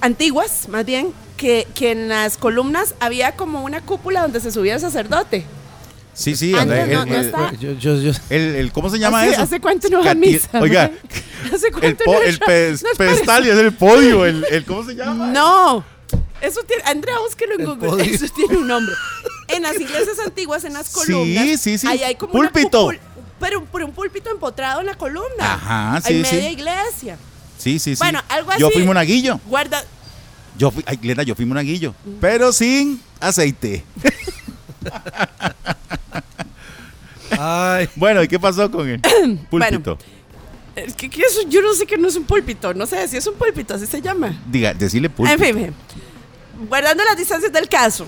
Speaker 3: antiguas más bien, que, que en las columnas había como una cúpula donde se subía el sacerdote.
Speaker 2: Sí, sí,
Speaker 3: Antes
Speaker 2: anda,
Speaker 3: no-
Speaker 2: el-
Speaker 3: no
Speaker 2: el-
Speaker 3: está.
Speaker 4: Yo, yo, yo-
Speaker 2: el- el- ¿Cómo se llama
Speaker 3: ¿Hace,
Speaker 2: eso?
Speaker 3: ¿Hace cuánto no va a
Speaker 2: Cati-
Speaker 3: misa?
Speaker 2: Oiga,
Speaker 3: man? ¿hace
Speaker 2: el,
Speaker 3: cuánto
Speaker 2: po-
Speaker 3: no [laughs]
Speaker 2: el
Speaker 3: entra-
Speaker 2: pes-
Speaker 3: [laughs] no es para-
Speaker 2: pedestal y es el podio. El, el- ¿Cómo se llama?
Speaker 3: No. Eso tiene, Andrea, búsquelo en
Speaker 4: El
Speaker 3: Google.
Speaker 4: podio.
Speaker 3: Eso tiene un nombre. En las iglesias antiguas, en las
Speaker 2: Sí,
Speaker 3: columnas.
Speaker 2: sí, sí.
Speaker 3: Ahí hay como una
Speaker 2: Púlpito.
Speaker 3: cúpula- pero, pero un púlpito empotrado en la columna.
Speaker 2: Ajá, sí,
Speaker 3: Hay
Speaker 2: sí.
Speaker 3: media iglesia.
Speaker 2: Sí, sí, sí.
Speaker 3: Bueno, algo
Speaker 2: Yo
Speaker 3: así.
Speaker 2: fui monaguillo.
Speaker 3: Guarda.
Speaker 2: Yo fui, ay, Glenda, yo fui monaguillo. Pero sin aceite.
Speaker 4: ay,
Speaker 2: Bueno, ¿y qué pasó con el púlpito?
Speaker 3: es que- que eso- yo no sé que no es un púlpito. No sé si es un púlpito, así se llama.
Speaker 2: Diga, decirle púlpito.
Speaker 3: En fin, en fin. guardando las distancias del caso,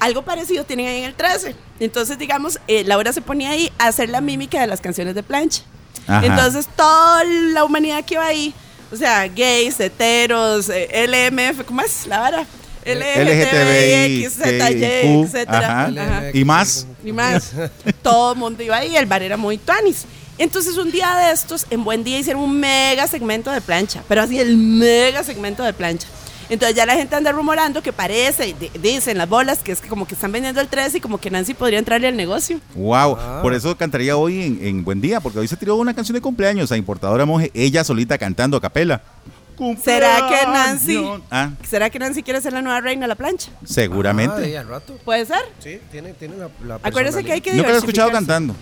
Speaker 3: algo parecido tienen ahí en el 13. Entonces, digamos, eh, Laura se ponía ahí a hacer la mímica de las canciones de plancha.
Speaker 2: Ajá.
Speaker 3: Entonces, toda la humanidad que iba ahí, o sea, gays, heteros, eh, LMF, ¿cómo es la vara? LGTBI,
Speaker 2: Q,
Speaker 3: XZY, etcétera.
Speaker 2: ajá.
Speaker 3: Ajá
Speaker 2: Y más. [laughs]
Speaker 3: ni más. Todo el mundo iba ahí, el bar era muy tuanis. Entonces un día de estos, en Buen Día hicieron un mega segmento de plancha, pero así el mega segmento de plancha. Entonces ya la gente anda rumorando que parece, di- dicen las bolas, que es que como que están vendiendo el 13 y como que Nancy podría entrarle al negocio.
Speaker 2: Wow,
Speaker 4: Ah.
Speaker 2: por eso cantaría hoy en, en Buen Día, porque hoy se tiró una canción de cumpleaños a Importadora Monje, ella solita cantando a capela.
Speaker 3: ¿Será que Nancy?
Speaker 2: Cumpleaños. Ah,
Speaker 3: ¿Será que Nancy quiere ser la nueva reina de la plancha?
Speaker 4: Ah, de
Speaker 2: seguramente.
Speaker 4: ahí al rato.
Speaker 3: ¿Puede ser?
Speaker 4: Sí, tiene, tiene la, la
Speaker 3: Acuérdese que hay que
Speaker 2: Nunca la he escuchado
Speaker 3: diversificarse.
Speaker 2: cantando.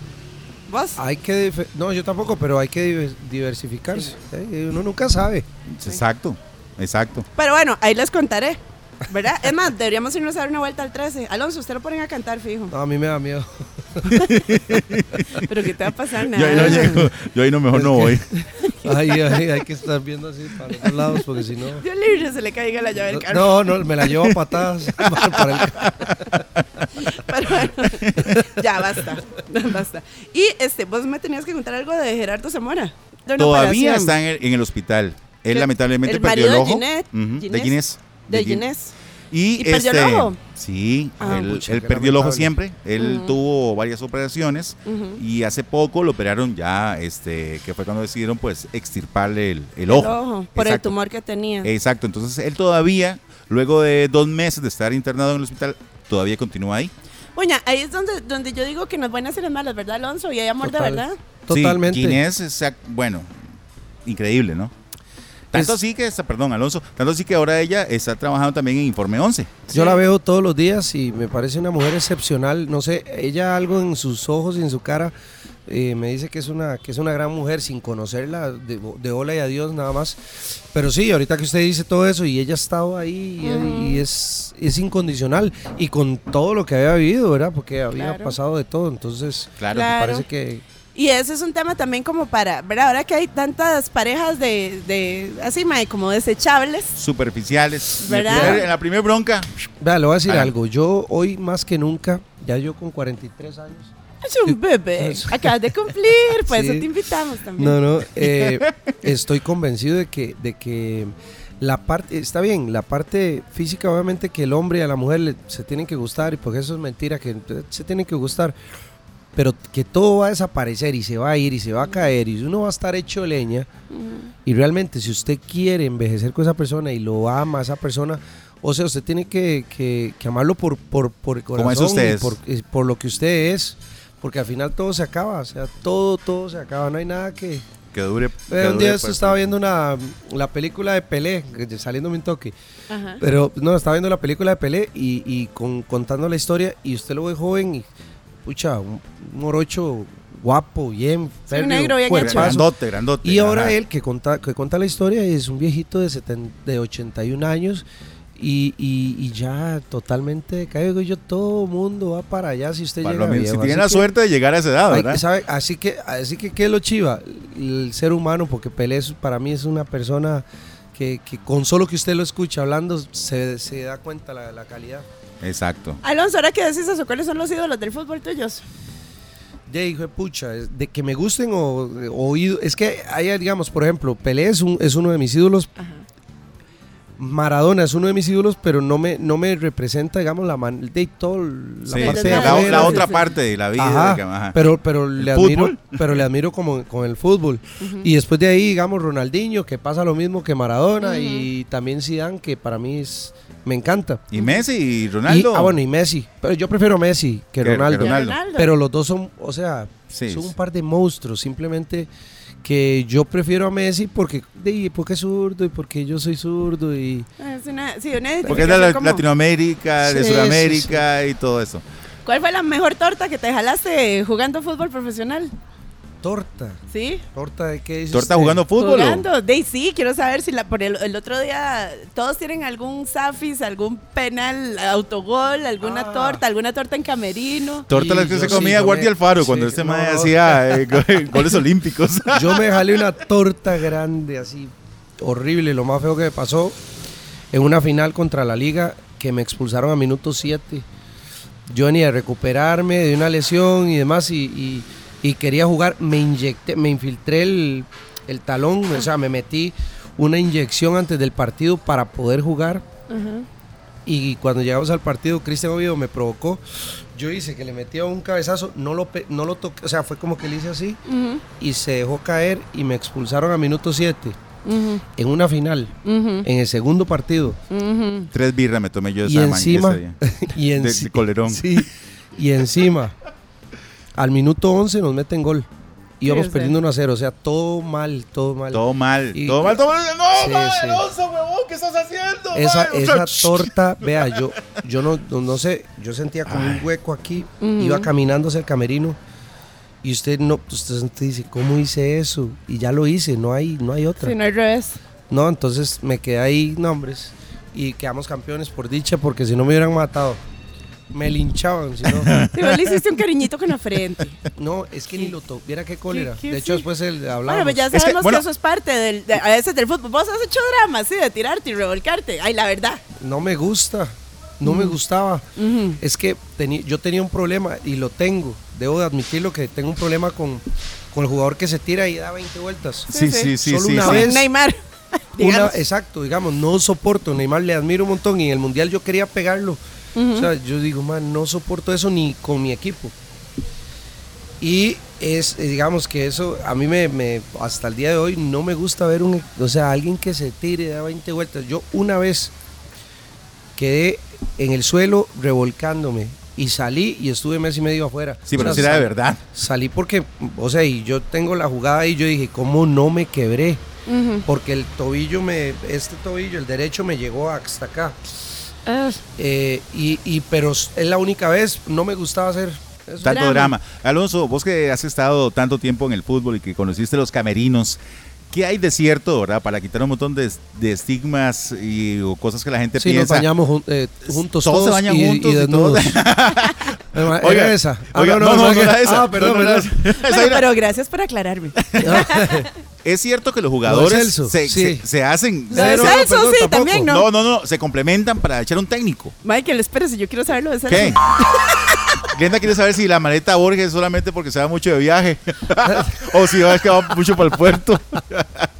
Speaker 3: ¿Vos?
Speaker 4: Hay que. dife- No, yo tampoco, pero hay que diver- diversificarse. ¿eh? Uno nunca sabe.
Speaker 2: Exacto, exacto.
Speaker 3: Pero bueno, ahí les contaré. ¿Verdad? Es más, deberíamos irnos a dar una vuelta al 13. Alonso, usted lo ponen a cantar, fijo.
Speaker 4: No, a mí me
Speaker 3: [laughs]
Speaker 4: da miedo.
Speaker 3: Pero ¿qué te va a pasar?
Speaker 2: [laughs] Yo ahí no
Speaker 3: Nada.
Speaker 2: llego, yo ahí no mejor no voy.
Speaker 4: Ay, ay, hay que estar viendo así para los dos lados, porque si no.
Speaker 3: Dios libre se le caiga la llave del carro.
Speaker 4: No, no, me la llevo a patadas. para el-
Speaker 3: [laughs] Pero bueno, ya basta, [laughs] basta. Y este, vos me tenías que contar algo de Gerardo Zamora. de una
Speaker 2: Todavía
Speaker 3: operación.
Speaker 2: está en el, en el hospital. Él
Speaker 3: ¿Qué?
Speaker 2: lamentablemente
Speaker 3: El
Speaker 2: perdió el
Speaker 3: marido de
Speaker 2: ojo.
Speaker 3: Ginette,
Speaker 2: Ujú, De
Speaker 3: Ginés.
Speaker 2: Ginés.
Speaker 3: de
Speaker 2: Gin-
Speaker 3: Ginés.
Speaker 2: Y,
Speaker 3: ¿Y perdió el
Speaker 2: este,
Speaker 3: ojo?
Speaker 2: Sí,
Speaker 3: Ah,
Speaker 2: él,
Speaker 4: pucha,
Speaker 2: él
Speaker 4: qué
Speaker 2: perdió el ojo
Speaker 4: lamentable.
Speaker 2: siempre. Él tuvo varias operaciones y hace poco lo operaron ya, este, que fue cuando decidieron pues extirparle el, el
Speaker 3: El
Speaker 2: ojo.
Speaker 3: ojo, por el
Speaker 2: Exacto. Eh.
Speaker 3: tumor que tenía.
Speaker 2: Exacto, entonces él todavía, luego de dos meses de estar internado en el hospital, todavía continúa ahí.
Speaker 3: Oña, ahí es donde, donde yo digo que nos van a hacer las malas, ¿verdad, Alonso? Y hay amor
Speaker 4: Total.
Speaker 3: de verdad.
Speaker 2: Sí,
Speaker 4: Totalmente.
Speaker 2: Ginés, exact- bueno, increíble, ¿no? Tanto
Speaker 4: Es-
Speaker 2: así que, está- perdón, Alonso, tanto así que ahora ella está trabajando también en Informe 11.
Speaker 4: Yo la veo todos los días y me parece una mujer excepcional. No sé, ella algo en sus ojos y en su cara eh, me dice que es una que es una gran mujer sin conocerla de, de hola y adiós nada más. Pero sí, ahorita que usted dice todo eso y ella ha estado ahí y, y es, es incondicional y con todo lo que había vivido, ¿verdad? Porque había
Speaker 3: Claro.
Speaker 4: pasado de todo, entonces
Speaker 2: Claro.
Speaker 4: me
Speaker 3: Claro.
Speaker 4: parece que
Speaker 3: Y ese es un tema también como para, ¿verdad? Ahora que hay tantas parejas de, de así, mae, como desechables.
Speaker 2: Superficiales. En el
Speaker 3: ¿Verdad?
Speaker 2: primer- en la primera bronca,
Speaker 4: Vea, le voy a decir
Speaker 2: Ah.
Speaker 4: algo. Yo hoy más que nunca, ya yo con 43 años
Speaker 3: Es
Speaker 4: [laughs]
Speaker 3: un bebé.
Speaker 4: Sí.
Speaker 3: Acabas de cumplir, por eso
Speaker 4: Sí.
Speaker 3: te invitamos también.
Speaker 4: No, no, eh, estoy convencido de que, de que la parte, está bien, la parte física obviamente que el hombre y a la mujer le- se tienen que gustar y porque eso es mentira, que se tienen que gustar, pero que todo va a desaparecer y se va a ir y se va a caer y uno va a estar hecho leña y realmente si usted quiere envejecer con esa persona y lo ama a esa persona, o sea, usted tiene que, que- que amarlo por, por, por el
Speaker 2: Como es
Speaker 4: corazón y
Speaker 2: usted es.
Speaker 4: por- y por lo que usted es. Porque al final todo se acaba, o sea, todo, todo se acaba, no hay nada que...
Speaker 2: que dure. que
Speaker 4: Eh, un
Speaker 2: dure,
Speaker 4: día esto
Speaker 2: pues,
Speaker 4: estaba viendo una, la película de Pelé, que- saliéndome un toque,
Speaker 3: Ajá.
Speaker 4: pero no, estaba viendo la película de Pelé y, y con, contando la historia y usted lo ve joven y, pucha, un, un morocho guapo, bien,
Speaker 3: Sí, un negro bien
Speaker 4: cuerpazo.
Speaker 2: pues, Grandote, grandote.
Speaker 4: Y ahora
Speaker 2: ajá.
Speaker 4: él que conta, que cuenta la historia es un viejito de, 70 de 81 años y, y- y ya totalmente decaído. Yo, todo mundo va para allá si usted
Speaker 2: Para lo
Speaker 4: llega
Speaker 2: menos,
Speaker 4: viejo,
Speaker 2: si
Speaker 4: así
Speaker 2: tiene la
Speaker 4: que-
Speaker 2: suerte de llegar a esa edad,
Speaker 4: Ay,
Speaker 2: Ah, ¿verdad?
Speaker 4: ¿sabe? Así que, así que, ¿qué es lo chiva? El ser humano, porque Pelé es- para mí es una persona que, que con solo que usted lo escucha hablando se, se da cuenta la, la calidad.
Speaker 2: Exacto.
Speaker 3: Alonso, ahora que decís eso, ¿cuáles son los ídolos del fútbol tuyos?
Speaker 4: De hijo de pucha, es de que me gusten o o oído. Es que hay, digamos, por ejemplo, Pelé es, un- es uno de mis ídolos. Maradona es uno de mis ídolos, pero no me, no me representa, digamos, la man de todo la
Speaker 2: Sí,
Speaker 4: parte
Speaker 2: sí,
Speaker 4: de
Speaker 2: la,
Speaker 4: afuera.
Speaker 2: la otra parte de la vida.
Speaker 4: Ajá,
Speaker 2: digamos, ajá.
Speaker 4: Pero, pero, le admiro,
Speaker 2: fútbol?
Speaker 4: pero le admiro como con el fútbol. Y después de ahí, digamos, Ronaldinho, que pasa lo mismo que Maradona, y también Zidane, que para mí es, me encanta.
Speaker 2: y Messi y
Speaker 4: Y,
Speaker 2: Ronaldo.
Speaker 4: ah, bueno, y Messi. Pero yo prefiero Messi que,
Speaker 2: Que- que
Speaker 4: Ronaldo.
Speaker 2: Ronaldo.
Speaker 4: Pero los dos son, o sea,
Speaker 2: Sí,
Speaker 4: son un
Speaker 2: sí.
Speaker 4: par de monstruos. Simplemente que yo prefiero a Messi porque, de- porque es zurdo y porque yo soy zurdo y...
Speaker 3: Ah, Es una- sí, una
Speaker 2: porque es de la-
Speaker 3: identificación como,
Speaker 2: Latinoamérica, de
Speaker 4: Sí, sí,
Speaker 2: Sudamérica y todo eso.
Speaker 3: ¿Cuál fue la mejor torta que te jalaste jugando fútbol profesional?
Speaker 4: Torta.
Speaker 3: ¿Sí?
Speaker 4: Torta de qué dices
Speaker 2: ¿Torta
Speaker 4: usted?
Speaker 2: jugando fútbol? o-
Speaker 3: Jugando, de sí, quiero saber si la, por el, el otro día todos tienen algún safis, algún penal, autogol, alguna
Speaker 4: Ah.
Speaker 3: torta, alguna torta en camerino.
Speaker 2: Torta la
Speaker 4: Y
Speaker 2: que
Speaker 4: yo
Speaker 2: se
Speaker 4: sí
Speaker 2: comía
Speaker 4: comí.
Speaker 2: Guardia Alfaro cuando
Speaker 4: Sí,
Speaker 2: este
Speaker 4: no,
Speaker 2: mae
Speaker 4: no.
Speaker 2: hacía eh, go- [laughs] goles
Speaker 4: [laughs]
Speaker 2: olímpicos.
Speaker 4: Yo me jalé una torta grande, así horrible, lo más feo que me pasó, en una final contra la liga que me expulsaron a minuto 7. Yo ni de recuperarme de una lesión y demás, y, y- y quería jugar, me inyecté, me infiltré el, el talón, o sea, me metí una inyección antes del partido para poder jugar. Y cuando llegamos al partido, Cristian Oviedo me provocó. Yo hice que le metía un cabezazo, no lo, pe- no lo toqué, o sea, fue como que le hice así
Speaker 3: Ujú,
Speaker 4: y se dejó caer y me expulsaron a minuto 7
Speaker 3: ujú,
Speaker 4: en una final,
Speaker 3: ujú,
Speaker 4: en el segundo partido.
Speaker 3: ujú.
Speaker 2: Tres birras me tomé yo
Speaker 4: Y
Speaker 2: esa man-
Speaker 4: encima,
Speaker 2: ese día.
Speaker 4: [laughs] y,
Speaker 2: De-
Speaker 4: enci-
Speaker 2: de colerón.
Speaker 4: sí, y encima, al minuto 11 nos meten gol. Íbamos
Speaker 3: Sí, o sea.
Speaker 4: perdiendo 1 a 0, o sea, todo mal, todo mal.
Speaker 2: Todo mal,
Speaker 4: Y-
Speaker 2: todo mal, todo mal. No,
Speaker 4: Sí,
Speaker 2: mae,
Speaker 4: sí.
Speaker 2: Alonso, huevón, ¿qué estás haciendo?
Speaker 4: esa,
Speaker 2: mae?
Speaker 4: esa
Speaker 2: O sea,
Speaker 4: torta, vea, yo, yo no, no, no sé, yo sentía como un hueco aquí, iba caminando hacia el camerino y usted no, pues, usted dice, ¿cómo hice eso? Y ya lo hice, no hay, no hay otra.
Speaker 3: Si no al revés.
Speaker 4: No, entonces me quedé ahí, nombres, y quedamos campeones por dicha, porque si no me hubieran matado, me linchaban, si
Speaker 3: [laughs]
Speaker 4: no.
Speaker 3: Si vos le hiciste un cariñito con
Speaker 2: [laughs]
Speaker 3: la frente.
Speaker 4: No, es que ni lo toqué, viera qué cólera.
Speaker 3: Qué- qué
Speaker 4: de hecho,
Speaker 3: sí.
Speaker 4: después el,
Speaker 3: Bueno,
Speaker 4: hablamos.
Speaker 3: pero ya
Speaker 2: Es que,
Speaker 3: sabemos que,
Speaker 2: bueno-
Speaker 3: eso es parte del, de- a veces del fútbol. Vos has hecho dramas, sí, de tirarte y revolcarte. Ay, la verdad.
Speaker 4: No me gusta, no me gustaba. Es que teni- yo tenía un problema, y lo tengo, debo de admitirlo, que tengo un problema con, con el jugador que se tira y da 20 vueltas.
Speaker 2: Sí, sí,
Speaker 3: sí,
Speaker 2: sí,
Speaker 4: solo
Speaker 2: sí.
Speaker 4: una
Speaker 2: sí.
Speaker 4: vez. Es-
Speaker 3: Neymar.
Speaker 2: [laughs]
Speaker 4: Una,
Speaker 3: digamos.
Speaker 4: exacto, digamos, no soporto. Neymar le admiro un montón y en el mundial yo quería pegarlo. O sea, yo digo, man, no soporto eso ni con mi equipo. Y es, eh, digamos que eso, a mí me, me- hasta el día de hoy no me gusta ver un, o sea, alguien que se tire, da 20 vueltas. Yo una vez quedé en el suelo revolcándome y salí y estuve mes y medio afuera.
Speaker 2: Sí, pero
Speaker 4: O sea,
Speaker 2: sí era de
Speaker 4: sal-
Speaker 2: verdad.
Speaker 4: Salí porque, o sea, y yo tengo la jugada y yo dije, ¿cómo no me quebré?
Speaker 3: Ujú.
Speaker 4: porque el tobillo me, este tobillo, el derecho me llegó hasta acá.
Speaker 3: Ah,
Speaker 4: Eh, y, y- pero es la única vez, no me gustaba hacer eso.
Speaker 2: Tanto drama.
Speaker 3: Drama.
Speaker 2: Alonso, vos que has estado tanto tiempo en el fútbol y que conociste los camerinos, ¿qué hay de cierto, verdad? Para quitar un montón de, de estigmas y o cosas que la gente
Speaker 4: Sí, nos
Speaker 2: piensa.
Speaker 4: bañamos jun- eh, juntos
Speaker 2: Todos
Speaker 4: todos,
Speaker 2: se bañan
Speaker 4: y,
Speaker 2: juntos
Speaker 4: y
Speaker 2: y todos-
Speaker 4: desnudos.
Speaker 2: [laughs]
Speaker 4: Era
Speaker 2: Oiga,
Speaker 4: esa. Ah,
Speaker 2: oiga, no, no,
Speaker 4: era
Speaker 2: no era esa.
Speaker 4: Ah, perdón,
Speaker 2: No, no era
Speaker 4: perdón.
Speaker 2: esa. Esa
Speaker 3: Bueno,
Speaker 2: era-
Speaker 3: pero gracias por aclararme.
Speaker 2: Es cierto que los jugadores
Speaker 4: Celso,
Speaker 2: se,
Speaker 4: sí.
Speaker 2: se- se hacen.
Speaker 3: Lo de
Speaker 4: Cero, no,
Speaker 3: Celso,
Speaker 4: perdón,
Speaker 3: sí,
Speaker 4: tampoco.
Speaker 3: también, ¿no?
Speaker 2: No, no, no, se complementan para echar un técnico.
Speaker 3: Michael, espérese, yo quiero saber lo de
Speaker 2: [laughs]
Speaker 3: Celso.
Speaker 2: ¿Qué? Glenda quiere saber si la maleta Borges es solamente porque se va mucho de viaje [laughs] o si va, es que va mucho para el puerto.
Speaker 4: [laughs]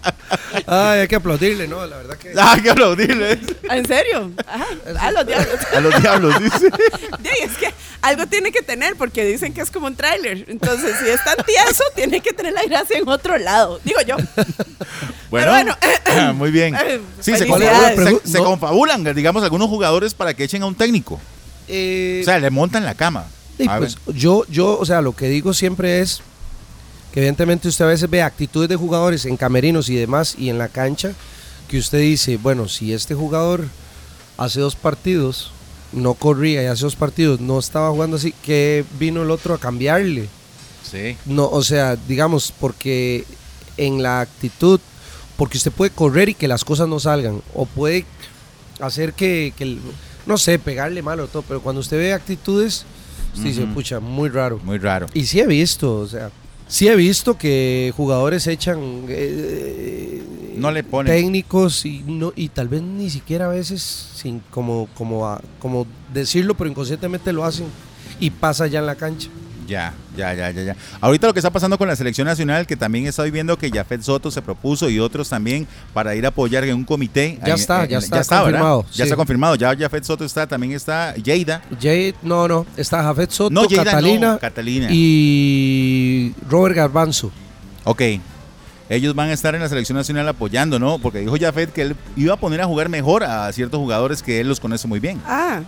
Speaker 4: Ay, hay que aplaudirle, ¿no? La verdad que...
Speaker 2: [laughs] ah, que aplaudirle.
Speaker 3: Ah, ¿En serio? Ajá. A los diablos. [laughs]
Speaker 2: A los diablos, dice.
Speaker 3: Sí, es que algo tiene que tener porque dicen que es como un tráiler. Entonces, si es tan tieso, tiene que tener la gracia en otro lado. Digo yo.
Speaker 2: [laughs] Bueno,
Speaker 3: Pero
Speaker 2: [clears throat]
Speaker 3: bueno.
Speaker 2: muy bien.
Speaker 3: Eh,
Speaker 2: Sí, se, confabulan,
Speaker 3: felicidades.
Speaker 4: ¿Cuál era la
Speaker 2: se- se
Speaker 4: pregu- no?
Speaker 2: confabulan, digamos, algunos jugadores para que echen a un técnico.
Speaker 4: Eh,
Speaker 2: O sea, le montan la cama.
Speaker 4: Sí,
Speaker 2: A
Speaker 4: pues,
Speaker 2: ver.
Speaker 4: yo, yo, o sea, lo que digo siempre es que evidentemente usted a veces ve actitudes de jugadores en camerinos y demás y en la cancha que usted dice, bueno, si este jugador hace dos partidos no corría y hace dos partidos no estaba jugando así, que vino el otro a cambiarle?
Speaker 3: pues.
Speaker 2: Sí.
Speaker 4: No, o sea, digamos, porque en la actitud, porque usted puede correr y que las cosas no salgan, o puede hacer que, que el- no sé, pegarle mal o todo, pero cuando usted ve actitudes, usted dice, pucha, muy raro.
Speaker 2: Muy raro.
Speaker 4: Y sí he visto, o sea, sí he visto que jugadores echan eh,
Speaker 2: No le ponen.
Speaker 4: técnicos y no y tal vez ni siquiera a veces sin como como a- como decirlo, pero inconscientemente lo hacen y pasa ya en la cancha.
Speaker 2: Ya, ya, ya, ya, ya. Ahorita lo que está pasando con la selección nacional, que también estoy viendo que Jafet Soto se propuso y otros también para ir a apoyar en un comité.
Speaker 4: Ya
Speaker 2: Ahí,
Speaker 4: está,
Speaker 2: eh,
Speaker 4: ya está
Speaker 2: ¿verdad?
Speaker 4: confirmado,
Speaker 2: Ya
Speaker 4: sí.
Speaker 2: está confirmado. Ya Jafet Soto está, también está Yeida.
Speaker 4: Jade, no, no, está Jafet Soto,
Speaker 2: No, Lleida no,
Speaker 4: Catalina,
Speaker 2: Catalina.
Speaker 4: y Robert Garbanzo.
Speaker 2: Ok. Ellos van a estar en la selección nacional apoyando, ¿no? Porque dijo Jafet que él iba a poner a jugar mejor a ciertos jugadores que él los conoce muy bien.
Speaker 3: Ah,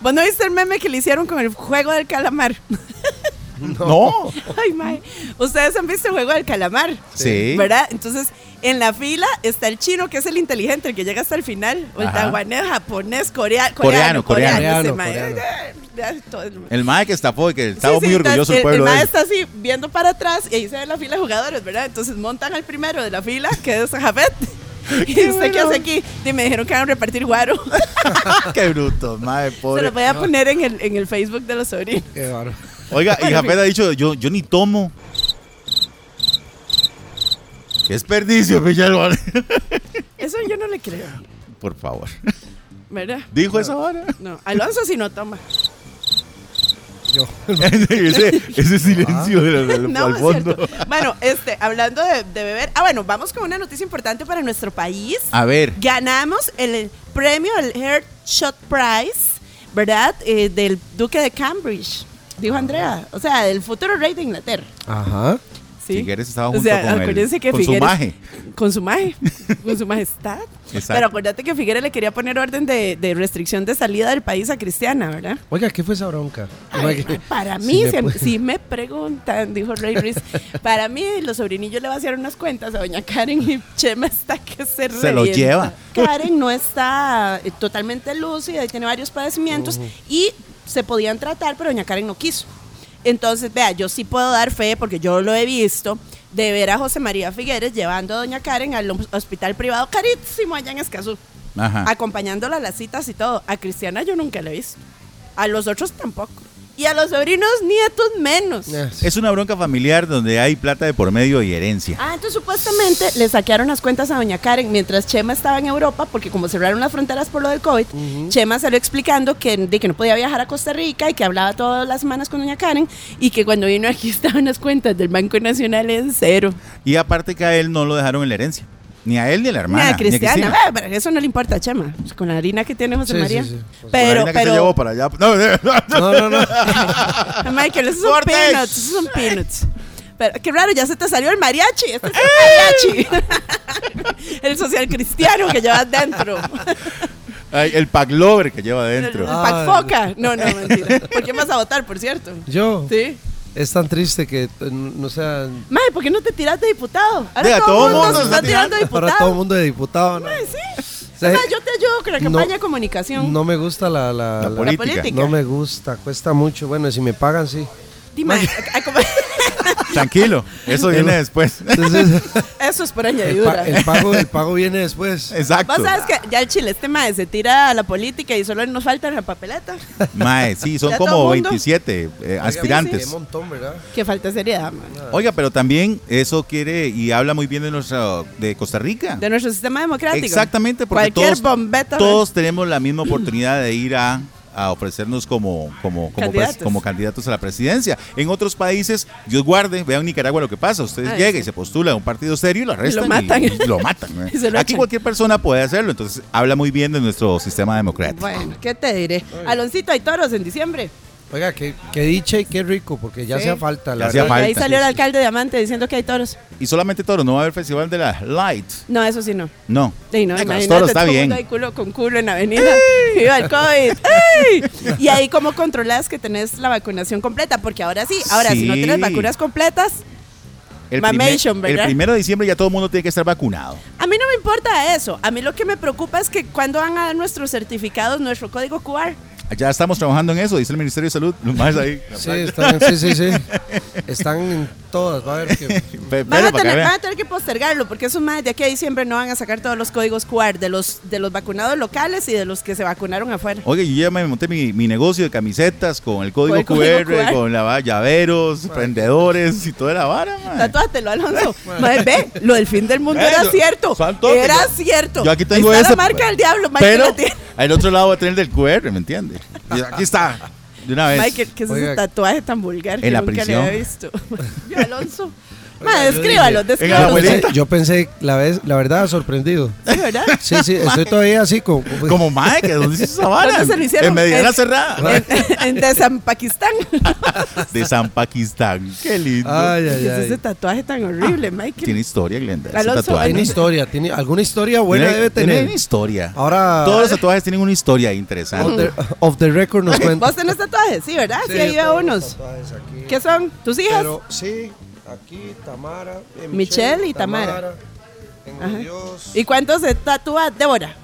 Speaker 3: vos no viste el meme que le hicieron con el juego del calamar.
Speaker 2: [laughs] No.
Speaker 3: [laughs] Ay, mae. Ustedes han visto el juego del calamar.
Speaker 2: Sí.
Speaker 3: ¿Verdad? Entonces, en la fila está el chino, que es el inteligente, el que llega hasta el final. O el
Speaker 2: Ajá.
Speaker 3: taiwanés, japonés, corea-
Speaker 2: Coreano,
Speaker 3: coreano.
Speaker 2: coreano.
Speaker 3: ese
Speaker 4: Coreano,
Speaker 3: mae.
Speaker 4: coreano.
Speaker 3: Ya, ya, todo el-
Speaker 2: El mae que estafó y que estaba
Speaker 3: Sí, sí,
Speaker 2: muy
Speaker 3: está-
Speaker 2: orgulloso el, pueblo.
Speaker 3: El,
Speaker 2: de
Speaker 3: mae
Speaker 2: él.
Speaker 3: está así viendo para atrás y ahí se ve la fila de jugadores, ¿verdad? Entonces montan al primero de la fila, que es Jafet.
Speaker 2: [laughs]
Speaker 3: ¿Y usted qué hace aquí? Y me dijeron que van a repartir guaro.
Speaker 2: [laughs]
Speaker 3: [laughs]
Speaker 2: Qué bruto, mae,
Speaker 3: Se
Speaker 2: pobre.
Speaker 3: lo voy a poner en el, en el Facebook de los sobrinos.
Speaker 4: Qué bárbaro.
Speaker 2: Oiga, y Jafet ha dicho, yo, yo ni tomo. Qué desperdicio, Villalba.
Speaker 3: Eso yo no le creo,
Speaker 2: Por favor.
Speaker 3: ¿verdad?
Speaker 2: Dijo esa vara.
Speaker 3: No, Alonso sí no toma.
Speaker 4: Yo.
Speaker 2: ese, ese silencio del, del-
Speaker 3: No,
Speaker 2: al
Speaker 3: es
Speaker 2: fondo.
Speaker 3: cierto. Bueno, este, hablando de, de beber. Ah, bueno, vamos con una noticia importante para nuestro país.
Speaker 2: A ver,
Speaker 3: Ganamos el premio, el Heart Shot Prize, ¿verdad? Eh, del Duque de Cambridge,
Speaker 2: Ah.
Speaker 3: dijo Andrea. O sea, del futuro rey de Inglaterra.
Speaker 4: Ajá.
Speaker 3: Sí.
Speaker 2: Figueres estaba
Speaker 3: O
Speaker 2: junto
Speaker 3: sea,
Speaker 2: con,
Speaker 3: acuérdense
Speaker 2: el,
Speaker 3: que
Speaker 2: con su
Speaker 3: Figueres-
Speaker 2: maje.
Speaker 3: Con su maje, con su majestad.
Speaker 2: [laughs] Exacto.
Speaker 3: Pero acuérdate que Figueres le quería poner orden de, de restricción de salida del país a Cristiana, ¿verdad?
Speaker 4: Oiga, ¿qué fue esa bronca?
Speaker 3: Ay,
Speaker 4: Oiga,
Speaker 3: ma, [laughs] para
Speaker 4: si
Speaker 3: mí,
Speaker 4: me
Speaker 3: si me,
Speaker 4: puede-
Speaker 3: si me preguntan, dijo Rey Ruiz, para mí los sobrinillos le vaciaron unas cuentas a doña Karen y Chema está que se
Speaker 2: Se lo
Speaker 3: revienta.
Speaker 2: lleva.
Speaker 3: Karen no está eh, totalmente lúcida y tiene varios padecimientos y se podían tratar, pero doña Karen no quiso. Entonces, vea, yo sí puedo dar fe, porque yo lo he visto, de ver a José María Figueres llevando a doña Karen al hospital privado carísimo allá en Escazú
Speaker 2: Ajá.
Speaker 3: acompañándola a las citas y todo. A Cristiana yo nunca la he visto. A los otros tampoco. Y a los sobrinos nietos menos.
Speaker 4: Eh,
Speaker 2: [laughs]
Speaker 4: sí.
Speaker 2: Es una bronca familiar donde hay plata de por medio y herencia.
Speaker 3: Ah, entonces supuestamente le saquearon las cuentas a doña Karen mientras Chema estaba en Europa, porque como cerraron las fronteras por lo del COVID, Chema salió explicando que, de que no podía viajar a Costa Rica y que hablaba todas las semanas con doña Karen y que cuando vino aquí [laughs] estaban las cuentas del Banco Nacional en cero.
Speaker 2: Y aparte que a él no lo dejaron en la herencia. Ni a él ni a la
Speaker 3: Ni
Speaker 2: hermana.
Speaker 3: a Cristiana,
Speaker 2: Cristina.
Speaker 3: ah, pero eso no le importa a Chema, pues, con la harina que tiene José
Speaker 4: Sí, sí,
Speaker 3: María.
Speaker 4: sí. Pues
Speaker 2: Con la
Speaker 3: Pero,
Speaker 2: harina que se
Speaker 3: pero,
Speaker 2: llevó para allá. No, no, no.
Speaker 4: No, no, no. [laughs]
Speaker 3: Michael, esos son
Speaker 2: Cortes.
Speaker 3: peanuts, esos son peanuts. Pero qué raro, ya se te salió el mariachi. Este es el mariachi. [laughs] el social cristiano que llevas dentro.
Speaker 2: Ay, el pack lover que lleva
Speaker 3: El,
Speaker 2: adentro.
Speaker 4: Ay.
Speaker 3: Pacfoca. No, no, mentira. ¿Por qué vas a votar, por cierto?
Speaker 4: Yo.
Speaker 3: Sí.
Speaker 4: Es tan triste que eh, no sea.
Speaker 3: Mae, ¿por qué no te tiras de diputado? Ahora
Speaker 2: Diga,
Speaker 3: todo el mundo se está tirando
Speaker 2: tirando.
Speaker 3: de diputado.
Speaker 4: Para todo el mundo de diputado. ¿no?
Speaker 3: Mae, sí.
Speaker 4: O sea,
Speaker 3: Mae, yo te ayudo con la
Speaker 4: no-
Speaker 3: campaña de comunicación.
Speaker 4: No me gusta la, la-
Speaker 2: La
Speaker 4: la-
Speaker 3: la
Speaker 2: política.
Speaker 3: política.
Speaker 4: No me gusta, cuesta mucho. Bueno, si me pagan,
Speaker 3: [laughs]
Speaker 4: sí.
Speaker 3: Dime, a- a- como- [laughs]
Speaker 2: Tranquilo, eso viene después.
Speaker 4: Entonces,
Speaker 3: Eso es por
Speaker 4: el, pa-
Speaker 3: añadidura.
Speaker 4: el pago, el pago viene después.
Speaker 2: Exacto.
Speaker 3: Vos sabes que ya el chile, este mae se tira a la política y solo nos falta la papeleta.
Speaker 2: Mae, sí, son
Speaker 3: Ya
Speaker 2: como
Speaker 3: todo mundo.
Speaker 2: 27 eh,
Speaker 4: Qué
Speaker 2: aspirantes.
Speaker 4: montón, ¿verdad?
Speaker 3: Qué falta seriedad, mae.
Speaker 2: Oiga, pero también eso quiere y habla muy bien de nuestra de Costa Rica.
Speaker 3: de nuestro sistema democrático.
Speaker 2: Exactamente, porque
Speaker 3: cualquier
Speaker 2: todos,
Speaker 3: bombeta
Speaker 2: todos tenemos la misma oportunidad de ir a, a ofrecernos como, como, como, pres-
Speaker 3: Candidatos.
Speaker 2: como candidatos a la presidencia. En otros países, Dios guarde, vean Nicaragua lo que pasa. Usted
Speaker 3: Ay,
Speaker 2: llega
Speaker 3: sí.
Speaker 2: y se postula a un partido serio y lo arrestan.
Speaker 3: lo matan.
Speaker 2: y- y lo matan.
Speaker 3: [laughs] Y se lo
Speaker 2: Aquí
Speaker 3: echan.
Speaker 2: cualquier persona puede hacerlo, entonces habla muy bien de nuestro sistema democrático.
Speaker 3: Bueno, ¿qué te diré? Aloncito hay toros en diciembre.
Speaker 4: Oiga, qué, qué dicha y qué rico, porque ya
Speaker 3: Sí.
Speaker 4: hacía falta.
Speaker 2: Ya
Speaker 4: La
Speaker 2: hacía
Speaker 4: verdad.
Speaker 3: Y ahí
Speaker 2: falta.
Speaker 3: salió el alcalde de Amante diciendo que hay toros.
Speaker 2: Y solamente toro, no va a haber festival de la Light.
Speaker 3: No, eso sí no.
Speaker 2: No.
Speaker 3: Y no,
Speaker 2: Ay, con los
Speaker 3: imagínate,
Speaker 2: toros está
Speaker 3: todo
Speaker 2: bien.
Speaker 3: mundo ahí culo con culo en la avenida. Viva el COVID. ¡Ey! Y ahí cómo controlas que tenés la vacunación completa, porque ahora sí, ahora si no
Speaker 2: Sí.
Speaker 3: tienes vacunas completas,
Speaker 2: El,
Speaker 3: Mamation,
Speaker 2: primer- el
Speaker 3: ¿verdad?
Speaker 2: primero de diciembre ya todo el mundo tiene que estar vacunado.
Speaker 3: a mí no me importa eso. A mí lo que me preocupa es que cuando van a dar nuestros certificados, nuestro código QR.
Speaker 2: Ya estamos trabajando en eso, dice el Ministerio de Salud. [laughs] Lo más ahí.
Speaker 4: Sí, están, sí, sí, sí. Están en todas. Va a ver que.
Speaker 2: Pe- pero
Speaker 3: Van a,
Speaker 2: para que
Speaker 3: tener,
Speaker 2: vean.
Speaker 3: van a tener que postergarlo porque esos más de aquí a diciembre no van a sacar todos los códigos QR de los, de los vacunados locales y de los que se vacunaron afuera.
Speaker 2: Oye, yo ya me monté mi, mi negocio de camisetas con el código,
Speaker 3: Con el código
Speaker 2: QR,
Speaker 3: QR.
Speaker 2: con la va- llaveros, prendedores y toda la vara, man.
Speaker 3: Tatúatelo, Alonso. Mae, ve, lo del fin del mundo
Speaker 2: Bueno,
Speaker 3: era cierto.
Speaker 2: santo, que
Speaker 3: Era
Speaker 2: yo-
Speaker 3: cierto.
Speaker 2: Yo aquí tengo
Speaker 3: Está
Speaker 2: ese, pues,
Speaker 3: la marca del diablo, Mike,
Speaker 2: pero
Speaker 3: la tiene.
Speaker 2: al otro lado voy a tener el del QR, ¿me entiendes? Y aquí está. De una vez.
Speaker 3: Michael, ¿qué es
Speaker 4: Oiga.
Speaker 3: ese tatuaje tan vulgar que
Speaker 2: En la
Speaker 3: nunca
Speaker 2: prisión.
Speaker 3: le
Speaker 2: [laughs]
Speaker 3: había visto? [laughs] Yo, Alonso. Madre, descríbalo,
Speaker 2: en la
Speaker 3: descríbalo.
Speaker 2: abuelita.
Speaker 3: Sí,
Speaker 4: Yo pensé, la, vez, la verdad, sorprendido.
Speaker 3: ¿verdad?
Speaker 4: [laughs] Sí, sí, estoy todavía así como...
Speaker 2: Como Mike, ¿dónde hizo esa vara?
Speaker 3: ¿Dónde se lo hicieron?
Speaker 2: En Mediana
Speaker 3: En-
Speaker 2: Cerrada.
Speaker 3: En, de San Pakistán. [laughs]
Speaker 2: De San Pakistán. Qué lindo.
Speaker 4: Ay,
Speaker 3: ¿Qué
Speaker 4: ay,
Speaker 3: es este ese
Speaker 4: ay.
Speaker 3: tatuaje tan horrible, Michael?
Speaker 2: Ah, Tiene historia, Glenda. ese
Speaker 3: Alonso,
Speaker 2: tatuaje.
Speaker 4: Tiene historia, tiene, alguna historia buena
Speaker 2: Tiene-
Speaker 4: debe
Speaker 2: Tiene
Speaker 4: tener.
Speaker 2: una historia.
Speaker 4: Ahora,
Speaker 2: Todos los tatuajes tienen una historia
Speaker 4: off
Speaker 2: interesante.
Speaker 4: the, off the record nos cuenta.
Speaker 3: ¿Vos tenés tatuajes? Sí, ¿verdad? Sí, ahí veo unos. ¿Qué son? ¿Tus hijas?
Speaker 4: Pero sí, aquí Tamara, eh,
Speaker 3: Michelle y Tamara.
Speaker 4: en
Speaker 3: Ajá.
Speaker 4: Dios.
Speaker 3: ¿Y cuántos se tatúa ah, Débora?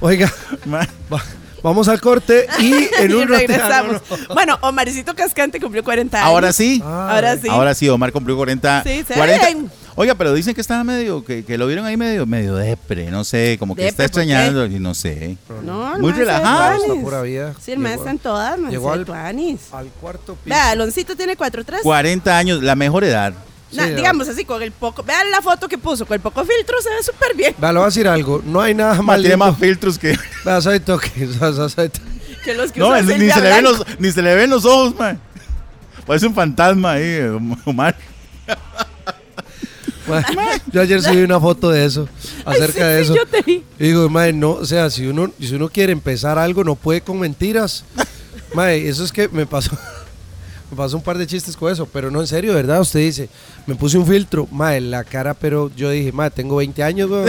Speaker 4: Oiga,
Speaker 2: Ma-
Speaker 4: va- vamos al corte
Speaker 3: [laughs]
Speaker 4: y [laughs] en
Speaker 3: y
Speaker 4: un ratito-
Speaker 3: regresamos. Bueno, Omaricito Cascante cumplió 40 años.
Speaker 2: Ahora sí.
Speaker 4: Ah,
Speaker 3: Ahora sí.
Speaker 2: Ahora sí, Omar cumplió 40.
Speaker 3: Sí, se
Speaker 2: 40.
Speaker 3: ven.
Speaker 2: Oiga, pero dicen que estaba medio, que, que lo vieron ahí medio, medio depre, no sé, como que
Speaker 3: Depre,
Speaker 2: está
Speaker 3: ¿por qué?
Speaker 2: extrañando, y no sé.
Speaker 3: No, el
Speaker 2: Muy
Speaker 3: maestro de
Speaker 2: relajado.
Speaker 3: Tuanis.
Speaker 4: Está pura vida.
Speaker 3: Sí, el
Speaker 4: Llegó
Speaker 3: maestro
Speaker 4: al-
Speaker 3: en todas,
Speaker 4: llegó
Speaker 3: maestro
Speaker 4: al-
Speaker 3: de Tuanis.
Speaker 4: Al cuarto piso.
Speaker 3: Vea, Aloncito tiene 4-3.
Speaker 2: 40 años, la mejor edad.
Speaker 3: Na-
Speaker 4: Sí,
Speaker 3: digamos así, con el poco. Vean la foto que puso, con el poco filtro se ve súper bien.
Speaker 4: Vea, le voy a decir algo. No hay nada más
Speaker 2: Tiene
Speaker 4: lindo.
Speaker 2: más filtros que.
Speaker 4: [laughs] Vea, soy toque. soy- soy- soy toque.
Speaker 3: Que los que
Speaker 2: No,
Speaker 3: usan
Speaker 2: ni,
Speaker 3: Silvia
Speaker 2: se le ven
Speaker 3: Blanco.
Speaker 2: los, ni se le ven los ojos, man. Parece un fantasma ahí, eh, Omar.
Speaker 4: Ma, Yo ayer subí una foto de eso,
Speaker 3: Ay,
Speaker 4: acerca
Speaker 3: sí,
Speaker 4: de
Speaker 3: sí,
Speaker 4: eso.
Speaker 3: yo te vi.
Speaker 4: Y digo, mae, no, o sea, si uno, si uno quiere empezar algo, no puede
Speaker 3: [laughs]
Speaker 4: con mentiras. Mae, eso es que me pasó, [laughs] me pasó un par de chistes con eso, pero no, en serio, de ¿verdad? Usted dice, me puse un filtro, mae, la cara, pero yo dije, mae, tengo 20 años,
Speaker 2: [laughs]
Speaker 4: weón.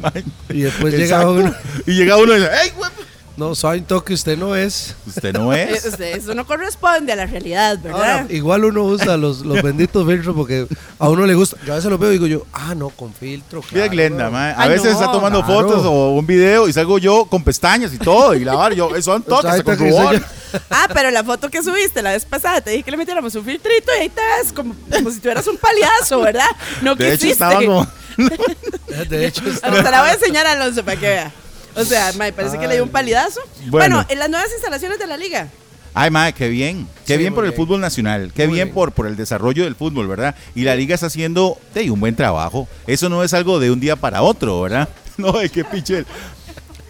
Speaker 2: Man,
Speaker 4: Y después llega
Speaker 2: exacto.
Speaker 4: uno,
Speaker 2: Y llega uno y dice, ¡Ey, güey!
Speaker 4: no, soy un toque, usted no es.
Speaker 2: Usted no es.
Speaker 3: Eh, o sea, Eso no corresponde a la realidad, ¿verdad?
Speaker 4: Ahora, igual uno usa los, los
Speaker 3: [laughs]
Speaker 4: benditos filtros porque a uno le gusta. Yo a veces los veo y digo yo, ah, no, con filtro.
Speaker 2: Mira
Speaker 4: claro,
Speaker 2: Glenda,
Speaker 4: weón".
Speaker 2: ma, a
Speaker 3: Ay,
Speaker 2: veces
Speaker 3: no,
Speaker 2: está tomando
Speaker 4: claro.
Speaker 2: fotos o un video y salgo yo con pestañas y todo y la vara, yo, eso son toques
Speaker 4: Exacto,
Speaker 2: con
Speaker 4: que soy
Speaker 2: rubor.
Speaker 4: yo.
Speaker 3: [laughs] Ah, pero la foto que subiste la vez pasada, te dije que le metiéramos un filtrito y ahí te ves como, como si tuvieras un paliazo, ¿verdad? No
Speaker 2: De hecho
Speaker 3: quisiste.
Speaker 2: estaba
Speaker 4: [laughs]
Speaker 2: como
Speaker 4: [laughs] De hecho, está-
Speaker 3: Hasta la voy a enseñar a Alonso para que vea. O sea, me parece que le dio un palidazo.
Speaker 2: Bueno.
Speaker 3: Bueno. en las nuevas instalaciones de la liga.
Speaker 2: Ay, madre, qué bien. Qué
Speaker 4: Sí,
Speaker 2: bien
Speaker 4: muy
Speaker 2: por el
Speaker 4: bien.
Speaker 2: fútbol nacional. Qué
Speaker 4: Muy
Speaker 2: bien,
Speaker 4: bien.
Speaker 2: Por, por el desarrollo del fútbol, ¿verdad? Y la liga está haciendo de, un buen trabajo. Eso no es algo de un día para otro, ¿verdad? [laughs] No, es que pichel.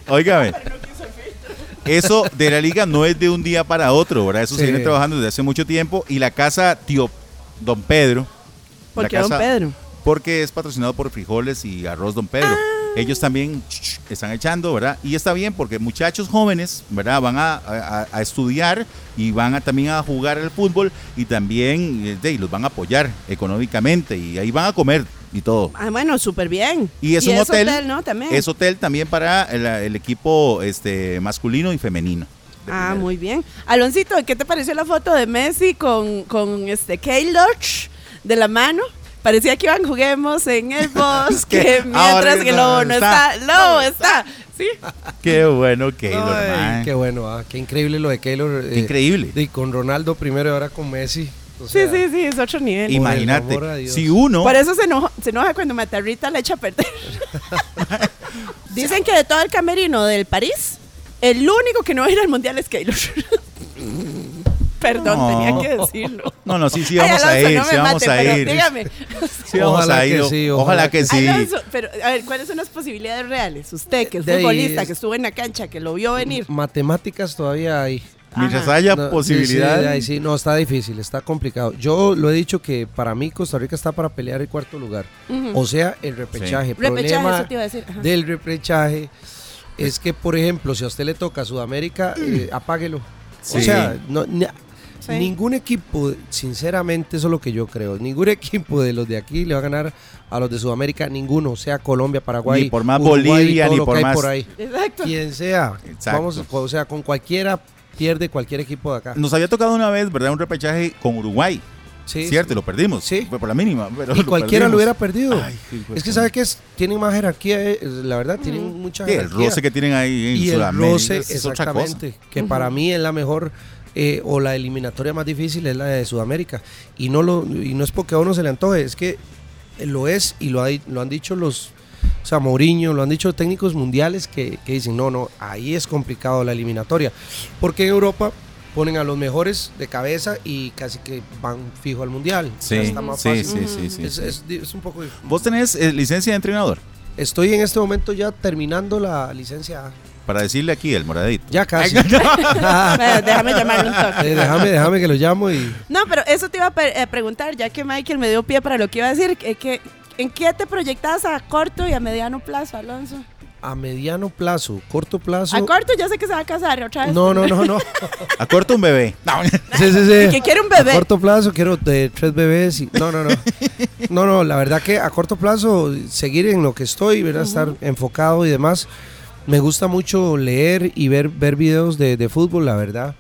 Speaker 2: Óigame. Eso de la liga no es de un día para otro, ¿verdad? Eso se
Speaker 4: Sí.
Speaker 2: viene trabajando desde hace mucho tiempo. Y la casa tío Don Pedro. la
Speaker 3: Porque don
Speaker 2: casa-
Speaker 3: Pedro. Ah.
Speaker 2: Porque es patrocinado por Frijoles y Arroz Don Pedro. Ellos también ch, ch, están echando, ¿verdad? Y está bien porque muchachos jóvenes, ¿verdad? Van a, a- a estudiar y van a, también a jugar al fútbol y también eh, de ahí los van a apoyar económicamente y ahí van a comer y todo.
Speaker 3: Ah, bueno, súper bien.
Speaker 2: Y es un
Speaker 3: es
Speaker 2: hotel,
Speaker 3: ¿no? También.
Speaker 2: Es hotel también para el, el equipo este, masculino y
Speaker 3: [laughs]
Speaker 2: femenino. de
Speaker 3: Ah,
Speaker 2: primera.
Speaker 3: muy bien. Aloncito, ¿qué te pareció la foto de Messi con, con este Kyle Lodge de la mano? Parecía que iban juguemos
Speaker 2: [laughs]
Speaker 3: en el
Speaker 2: Que
Speaker 3: bosque
Speaker 2: ahora
Speaker 3: mientras que Lobo no
Speaker 2: está.
Speaker 3: está. Lobo está.
Speaker 2: [laughs]
Speaker 3: Sí.
Speaker 2: Qué bueno, [laughs] Keylor,
Speaker 4: Ay,
Speaker 2: man.
Speaker 4: qué bueno, ah, qué increíble lo de Keylor. eh,
Speaker 2: Increíble.
Speaker 4: Y con Ronaldo primero y ahora con Messi. o
Speaker 3: Sí,
Speaker 4: sea,
Speaker 3: sí, sí, es otro nivel.
Speaker 4: Por el
Speaker 2: Imagínate,
Speaker 4: amor a Dios.
Speaker 2: si uno...
Speaker 3: Por eso se enoja, se enoja cuando Matarrita la echa
Speaker 2: [laughs]
Speaker 3: a perder. Dicen que de todo el camerino del París, el único que no va a ir al mundial es Keylor. [laughs] Perdón,
Speaker 2: No.
Speaker 3: tenía que decirlo.
Speaker 2: No, no, sí, sí,
Speaker 3: Ay,
Speaker 2: vamos a
Speaker 3: Alonso,
Speaker 2: ir,
Speaker 3: no me
Speaker 2: sí, vamos
Speaker 3: mate,
Speaker 2: a
Speaker 3: pero
Speaker 2: ir.
Speaker 3: Dígame.
Speaker 2: Sí, vamos
Speaker 4: Ojalá
Speaker 2: a
Speaker 4: que
Speaker 2: ir.
Speaker 4: sí,
Speaker 2: ojalá,
Speaker 4: ojalá
Speaker 2: que
Speaker 4: que
Speaker 2: sí.
Speaker 3: Alonso, pero a ver, ¿cuáles son las posibilidades reales? Usted, que es
Speaker 4: De ahí
Speaker 3: futbolista,
Speaker 4: es-
Speaker 3: que estuvo en la cancha, que lo vio venir.
Speaker 4: Matemáticas todavía hay.
Speaker 2: Mientras
Speaker 3: Ajá.
Speaker 2: haya
Speaker 4: No, sí,
Speaker 2: posibilidad.
Speaker 4: sí, ahí sí, no, está difícil, está complicado. Yo lo he dicho que para mí Costa Rica está para pelear el cuarto lugar. O sea, el
Speaker 3: Repechaje,
Speaker 4: repechaje. Problema
Speaker 3: eso te iba a decir, ajá.
Speaker 4: del repechaje es que, por ejemplo, si a usted le
Speaker 2: [clears throat]
Speaker 4: toca Sudamérica, eh, apáguelo.
Speaker 2: Sí.
Speaker 4: O sea, no, ni-
Speaker 3: Sí.
Speaker 4: ningún equipo, sinceramente, eso es lo que yo creo, ningún equipo de los de aquí le va a ganar a los de Sudamérica, ninguno, sea Colombia, Paraguay.
Speaker 2: Ni por más
Speaker 4: Uruguay,
Speaker 2: Bolivia,
Speaker 4: todo
Speaker 2: ni
Speaker 4: lo que
Speaker 2: por
Speaker 4: hay
Speaker 2: más-
Speaker 4: ahí.
Speaker 3: Exacto.
Speaker 4: [laughs] Quien sea.
Speaker 2: Exacto.
Speaker 4: Vamos, o sea, con cualquiera pierde cualquier equipo de acá.
Speaker 2: Nos había tocado una vez, ¿verdad? Un repechaje con Uruguay.
Speaker 4: Sí,
Speaker 2: Cierto, lo perdimos.
Speaker 4: Sí.
Speaker 2: Fue por la mínima. Pero
Speaker 4: Y cualquiera lo hubiera
Speaker 2: perdimos.
Speaker 4: perdido.
Speaker 2: Ay, hijo de
Speaker 4: es que,
Speaker 2: puta. Mm.
Speaker 4: ¿sabe qué? Es? Tienen más jerarquía, eh, la verdad, tienen mucha
Speaker 2: Sí,
Speaker 4: jerarquía.
Speaker 2: el roce que tienen ahí en
Speaker 4: y el
Speaker 2: Sudamérica
Speaker 4: roce,
Speaker 2: es otra cosa.
Speaker 4: exactamente, que para mí es la mejor eh, o la eliminatoria más difícil es la de Sudamérica. Y no, lo, y no es porque a uno se le antoje, es que lo es y lo, ha- lo han dicho los. O sea, Mourinho, lo han dicho técnicos mundiales que, que dicen, no, no, ahí es complicado la eliminatoria. Porque en Europa ponen a los mejores de cabeza y casi que van fijo al mundial. O sea,
Speaker 2: Sí,
Speaker 4: está más
Speaker 2: sí,
Speaker 4: fácil.
Speaker 2: sí, sí, sí,
Speaker 4: Es,
Speaker 2: sí.
Speaker 4: es di- es un poco... dif-
Speaker 2: ¿Vos tenés eh, licencia de entrenador?
Speaker 4: Estoy en este momento ya terminando la licencia A.
Speaker 2: Para decirle aquí, el moradito.
Speaker 4: Ya casi.
Speaker 2: [laughs]
Speaker 3: Bueno, déjame llamarle un toque.
Speaker 4: Eh, déjame, déjame que lo llamo y.
Speaker 3: No, pero eso te iba a pre- eh, preguntar, ya que Michael me dio pie para lo que iba a decir. eh, que- ¿En qué te proyectas a corto y a mediano plazo, Alonso?
Speaker 4: A mediano plazo, corto plazo.
Speaker 3: A corto ya sé que se va a casar otra vez.
Speaker 4: No, no,
Speaker 3: [laughs]
Speaker 4: no, no.
Speaker 2: Acorta un
Speaker 4: [laughs]
Speaker 2: bebé. [laughs] No.
Speaker 4: Sí, sí, sí.
Speaker 3: Y que quiere un bebé.
Speaker 4: A corto plazo quiero eh, tres bebés. Y, no, no, no. No, no, la verdad que a corto plazo seguir en lo que estoy, ¿verdad? estar enfocado y demás. Me gusta mucho leer y ver, ver videos de, de fútbol, la verdad.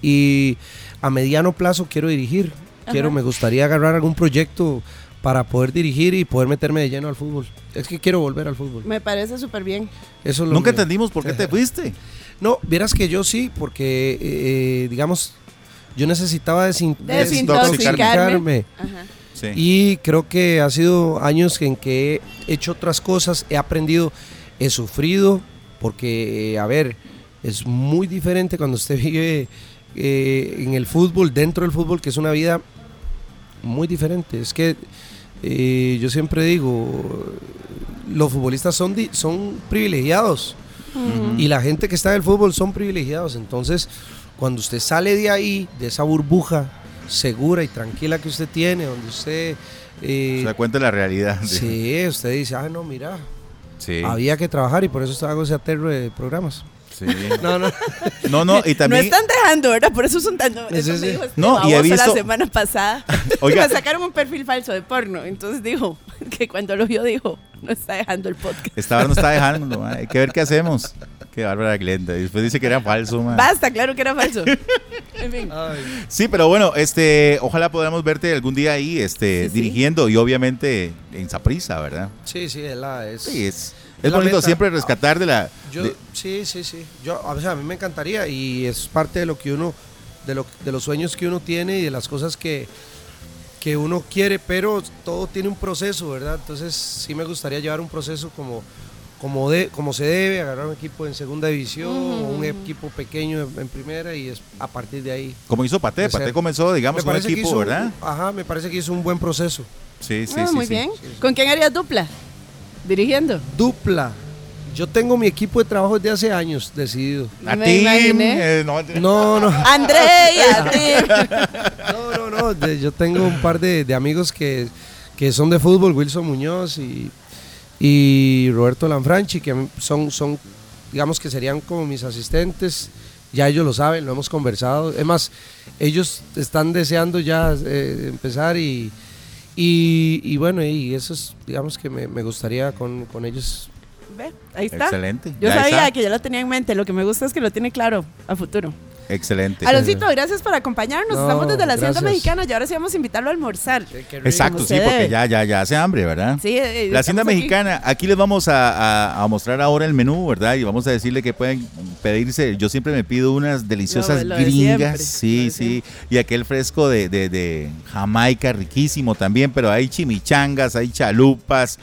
Speaker 4: Y a mediano plazo quiero dirigir. Quiero, me gustaría agarrar algún proyecto para poder dirigir y poder meterme de lleno al fútbol. Es que quiero volver al fútbol.
Speaker 3: Me parece súper bien.
Speaker 4: Eso es lo
Speaker 2: Nunca
Speaker 4: mío.
Speaker 2: entendimos por qué te
Speaker 4: [laughs]
Speaker 2: fuiste.
Speaker 4: No, vieras que yo sí, porque, eh, eh, digamos, yo necesitaba desin-
Speaker 3: Desintoxicarme.
Speaker 4: desintoxicarme.
Speaker 3: Ajá.
Speaker 2: Sí.
Speaker 4: Y creo que ha sido años en que he hecho otras cosas, he aprendido, he sufrido, porque, eh, a ver, es muy diferente cuando usted [laughs] vive eh, en el fútbol, dentro del fútbol, que es una vida muy diferente. Es que eh, yo siempre digo, los futbolistas son, di- son privilegiados y la gente que está en el fútbol son privilegiados. Entonces, cuando usted sale de ahí, de esa burbuja segura y tranquila que usted tiene, donde usted... eh,
Speaker 2: Se da cuenta de la realidad. [laughs]
Speaker 4: sí, Ah, usted dice, ah, no, mira,
Speaker 2: Sí.
Speaker 4: había que trabajar y por eso hago ese aterro de programas.
Speaker 2: Sí.
Speaker 4: No, [laughs] no.
Speaker 2: No, no, y
Speaker 3: No
Speaker 2: también.
Speaker 3: están dejando, ¿verdad? Por eso son tan... Eso
Speaker 4: sí,
Speaker 3: me
Speaker 4: sí.
Speaker 3: dijo este
Speaker 2: No, y
Speaker 3: baboso
Speaker 2: he visto-
Speaker 3: la semana pasada.
Speaker 2: [laughs] Oiga.
Speaker 3: [laughs] Me sacaron un perfil falso de porno. Entonces dijo [laughs] que cuando lo vio dijo, no está dejando el podcast.
Speaker 2: Esta hora no está dejando. ma. Hay que ver qué hacemos. Qué bárbara Glenda. Y Después dice que era falso, ma.
Speaker 3: Basta, claro que
Speaker 2: [laughs]
Speaker 3: era falso. En fin.
Speaker 2: Ah, Sí, pero bueno, este, ojalá podamos verte algún día ahí, este,
Speaker 3: Sí, sí.
Speaker 2: dirigiendo y obviamente en Saprisa, ¿verdad?
Speaker 4: Sí, sí, es la... Es,
Speaker 2: Sí, es, es
Speaker 4: Es la
Speaker 2: bonito
Speaker 4: meta.
Speaker 2: siempre rescatar de la.
Speaker 4: Yo,
Speaker 2: de-
Speaker 4: sí, sí, sí. Yo, o sea, a mí me encantaría y es parte de lo que uno, de, lo, de los sueños que uno tiene y de las cosas que, que uno quiere, pero todo tiene un proceso, ¿verdad? Entonces sí me gustaría llevar un proceso como, como, de, como se debe, agarrar un equipo en segunda división o un equipo pequeño en, en primera y es a partir de ahí.
Speaker 2: como hizo Paté,
Speaker 4: de
Speaker 2: Paté
Speaker 4: ser.
Speaker 2: comenzó, digamos,
Speaker 4: Me
Speaker 2: con un
Speaker 4: parece que
Speaker 2: equipo,
Speaker 4: hizo-
Speaker 2: ¿verdad?
Speaker 4: Ajá, me parece que hizo un buen proceso.
Speaker 2: Sí, sí,
Speaker 3: Ah,
Speaker 2: sí.
Speaker 3: muy
Speaker 2: sí.
Speaker 3: bien. ¿Con quién harías dupla?
Speaker 2: [laughs]
Speaker 3: Dirigiendo.
Speaker 4: Dupla. Yo tengo mi equipo de trabajo desde hace años decidido.
Speaker 2: A
Speaker 3: Me
Speaker 2: ti,
Speaker 3: imaginé.
Speaker 2: eh, no,
Speaker 4: No, no.
Speaker 3: André, a ti.
Speaker 4: No, no, no. de- yo tengo un par de, de amigos que, que son de fútbol, Wilson Muñoz y, y Roberto Lanfranchi, que a mí son, son, digamos que serían como mis asistentes. Ya ellos lo saben, lo hemos conversado. Es más, ellos están deseando ya eh, empezar y, y, y bueno, y eso es, digamos que me, me gustaría con, con ellos.
Speaker 3: Ve, ahí está.
Speaker 2: Excelente.
Speaker 3: Yo
Speaker 2: Ya
Speaker 3: sabía
Speaker 2: está.
Speaker 3: que ya lo tenía en mente. Lo que me gusta es que lo tiene claro a futuro.
Speaker 2: Excelente.
Speaker 3: Aloncito, gracias por acompañarnos.
Speaker 4: No,
Speaker 3: Estamos desde la Hacienda
Speaker 4: gracias.
Speaker 3: Mexicana y ahora sí vamos a invitarlo a almorzar.
Speaker 2: Exacto,
Speaker 3: como
Speaker 2: sí,
Speaker 3: se
Speaker 2: porque
Speaker 3: debe.
Speaker 2: ya, ya, ya hace hambre, ¿verdad?
Speaker 3: Sí, eh,
Speaker 2: La Hacienda
Speaker 3: estamos aquí.
Speaker 2: Mexicana, aquí les vamos a, a- a mostrar ahora el menú, ¿verdad? Y vamos a decirle que pueden pedirse, yo siempre me pido unas deliciosas
Speaker 3: Lo- lo de siempre,
Speaker 2: gringas, sí,
Speaker 3: lo de
Speaker 2: sí, y aquel fresco de, de- de Jamaica, riquísimo también, pero hay chimichangas, hay chalupas,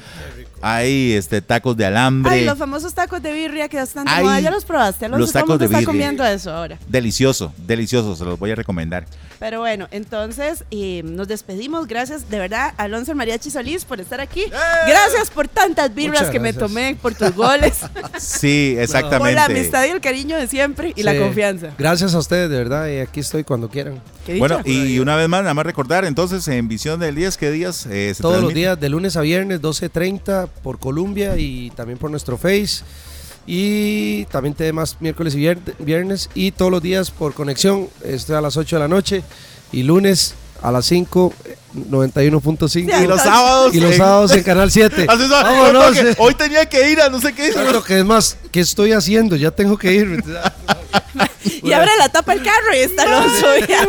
Speaker 2: hay este tacos de alambre,
Speaker 3: Ay, los famosos tacos de birria que están de
Speaker 2: Ay,
Speaker 3: moda, ya los probaste. Alonso,
Speaker 2: los tacos
Speaker 3: todo el mundo
Speaker 2: de
Speaker 3: está
Speaker 2: birria.
Speaker 3: comiendo eso ahora.
Speaker 2: delicioso, delicioso, se los voy a recomendar.
Speaker 3: Pero bueno, entonces eh, nos despedimos. Gracias de verdad, Alonso el Mariachi Solís, por estar aquí.
Speaker 2: ¡Eh!
Speaker 3: Gracias por tantas birras
Speaker 4: Muchas
Speaker 3: que me
Speaker 4: gracias.
Speaker 3: tomé, por tus
Speaker 2: [laughs]
Speaker 3: goles, [laughs]
Speaker 2: Sí,
Speaker 3: por la
Speaker 2: exactamente.
Speaker 3: amistad y el cariño de siempre y la
Speaker 4: Sí.
Speaker 3: confianza.
Speaker 4: Gracias a ustedes, de verdad, y aquí estoy cuando quieran.
Speaker 3: Qué
Speaker 2: Bueno,
Speaker 3: dicha.
Speaker 2: y una vez más, nada más recordar, entonces, en Visión del 10, ¿qué días eh, se
Speaker 4: Todos los
Speaker 2: transmite?
Speaker 4: días, de lunes a viernes, 12.30 por Colombia y también por nuestro Face. Y también te más miércoles y vier- viernes. Y todos los días por conexión. Estoy a las 8 de la noche. Y lunes a las 5, eh, 91.5.
Speaker 2: Y los sábados.
Speaker 4: Y los
Speaker 2: en-
Speaker 4: sábados en
Speaker 3: [laughs]
Speaker 4: Canal 7.
Speaker 2: [laughs] Así es,
Speaker 4: Vámonos.
Speaker 2: porque
Speaker 4: eh.
Speaker 2: Hoy tenía que ir a no sé qué.
Speaker 4: Tanto que es más, ¿qué estoy haciendo? Ya tengo que
Speaker 2: [laughs]
Speaker 4: ir.
Speaker 3: y abre la tapa del carro y está Alonso. [laughs] ya.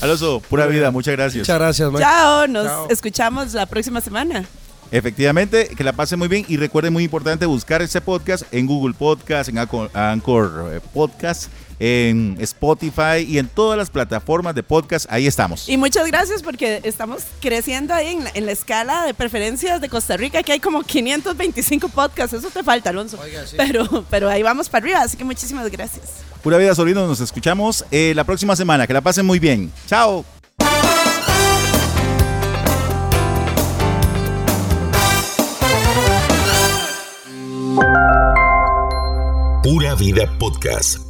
Speaker 2: Alonso, pura vida, muchas gracias.
Speaker 4: Muchas gracias, Mike.
Speaker 3: Chao, nos
Speaker 4: Chao.
Speaker 3: escuchamos la próxima semana.
Speaker 2: Efectivamente, que la pase muy bien y recuerden muy importante buscar este podcast en Google Podcast, en Anco- Anchor eh, Podcast, en Spotify y en todas las plataformas de podcast. Ahí estamos.
Speaker 3: Y muchas gracias porque estamos creciendo ahí en la, en la escala de preferencias de Costa Rica, que hay como 525 podcasts. Eso te falta, Alonso. pero, pero ahí vamos para arriba, así que muchísimas gracias.
Speaker 2: Pura vida, sobrinos, nos escuchamos eh, la próxima semana. Que la pasen muy bien. Chao.
Speaker 1: Pura Vida Podcast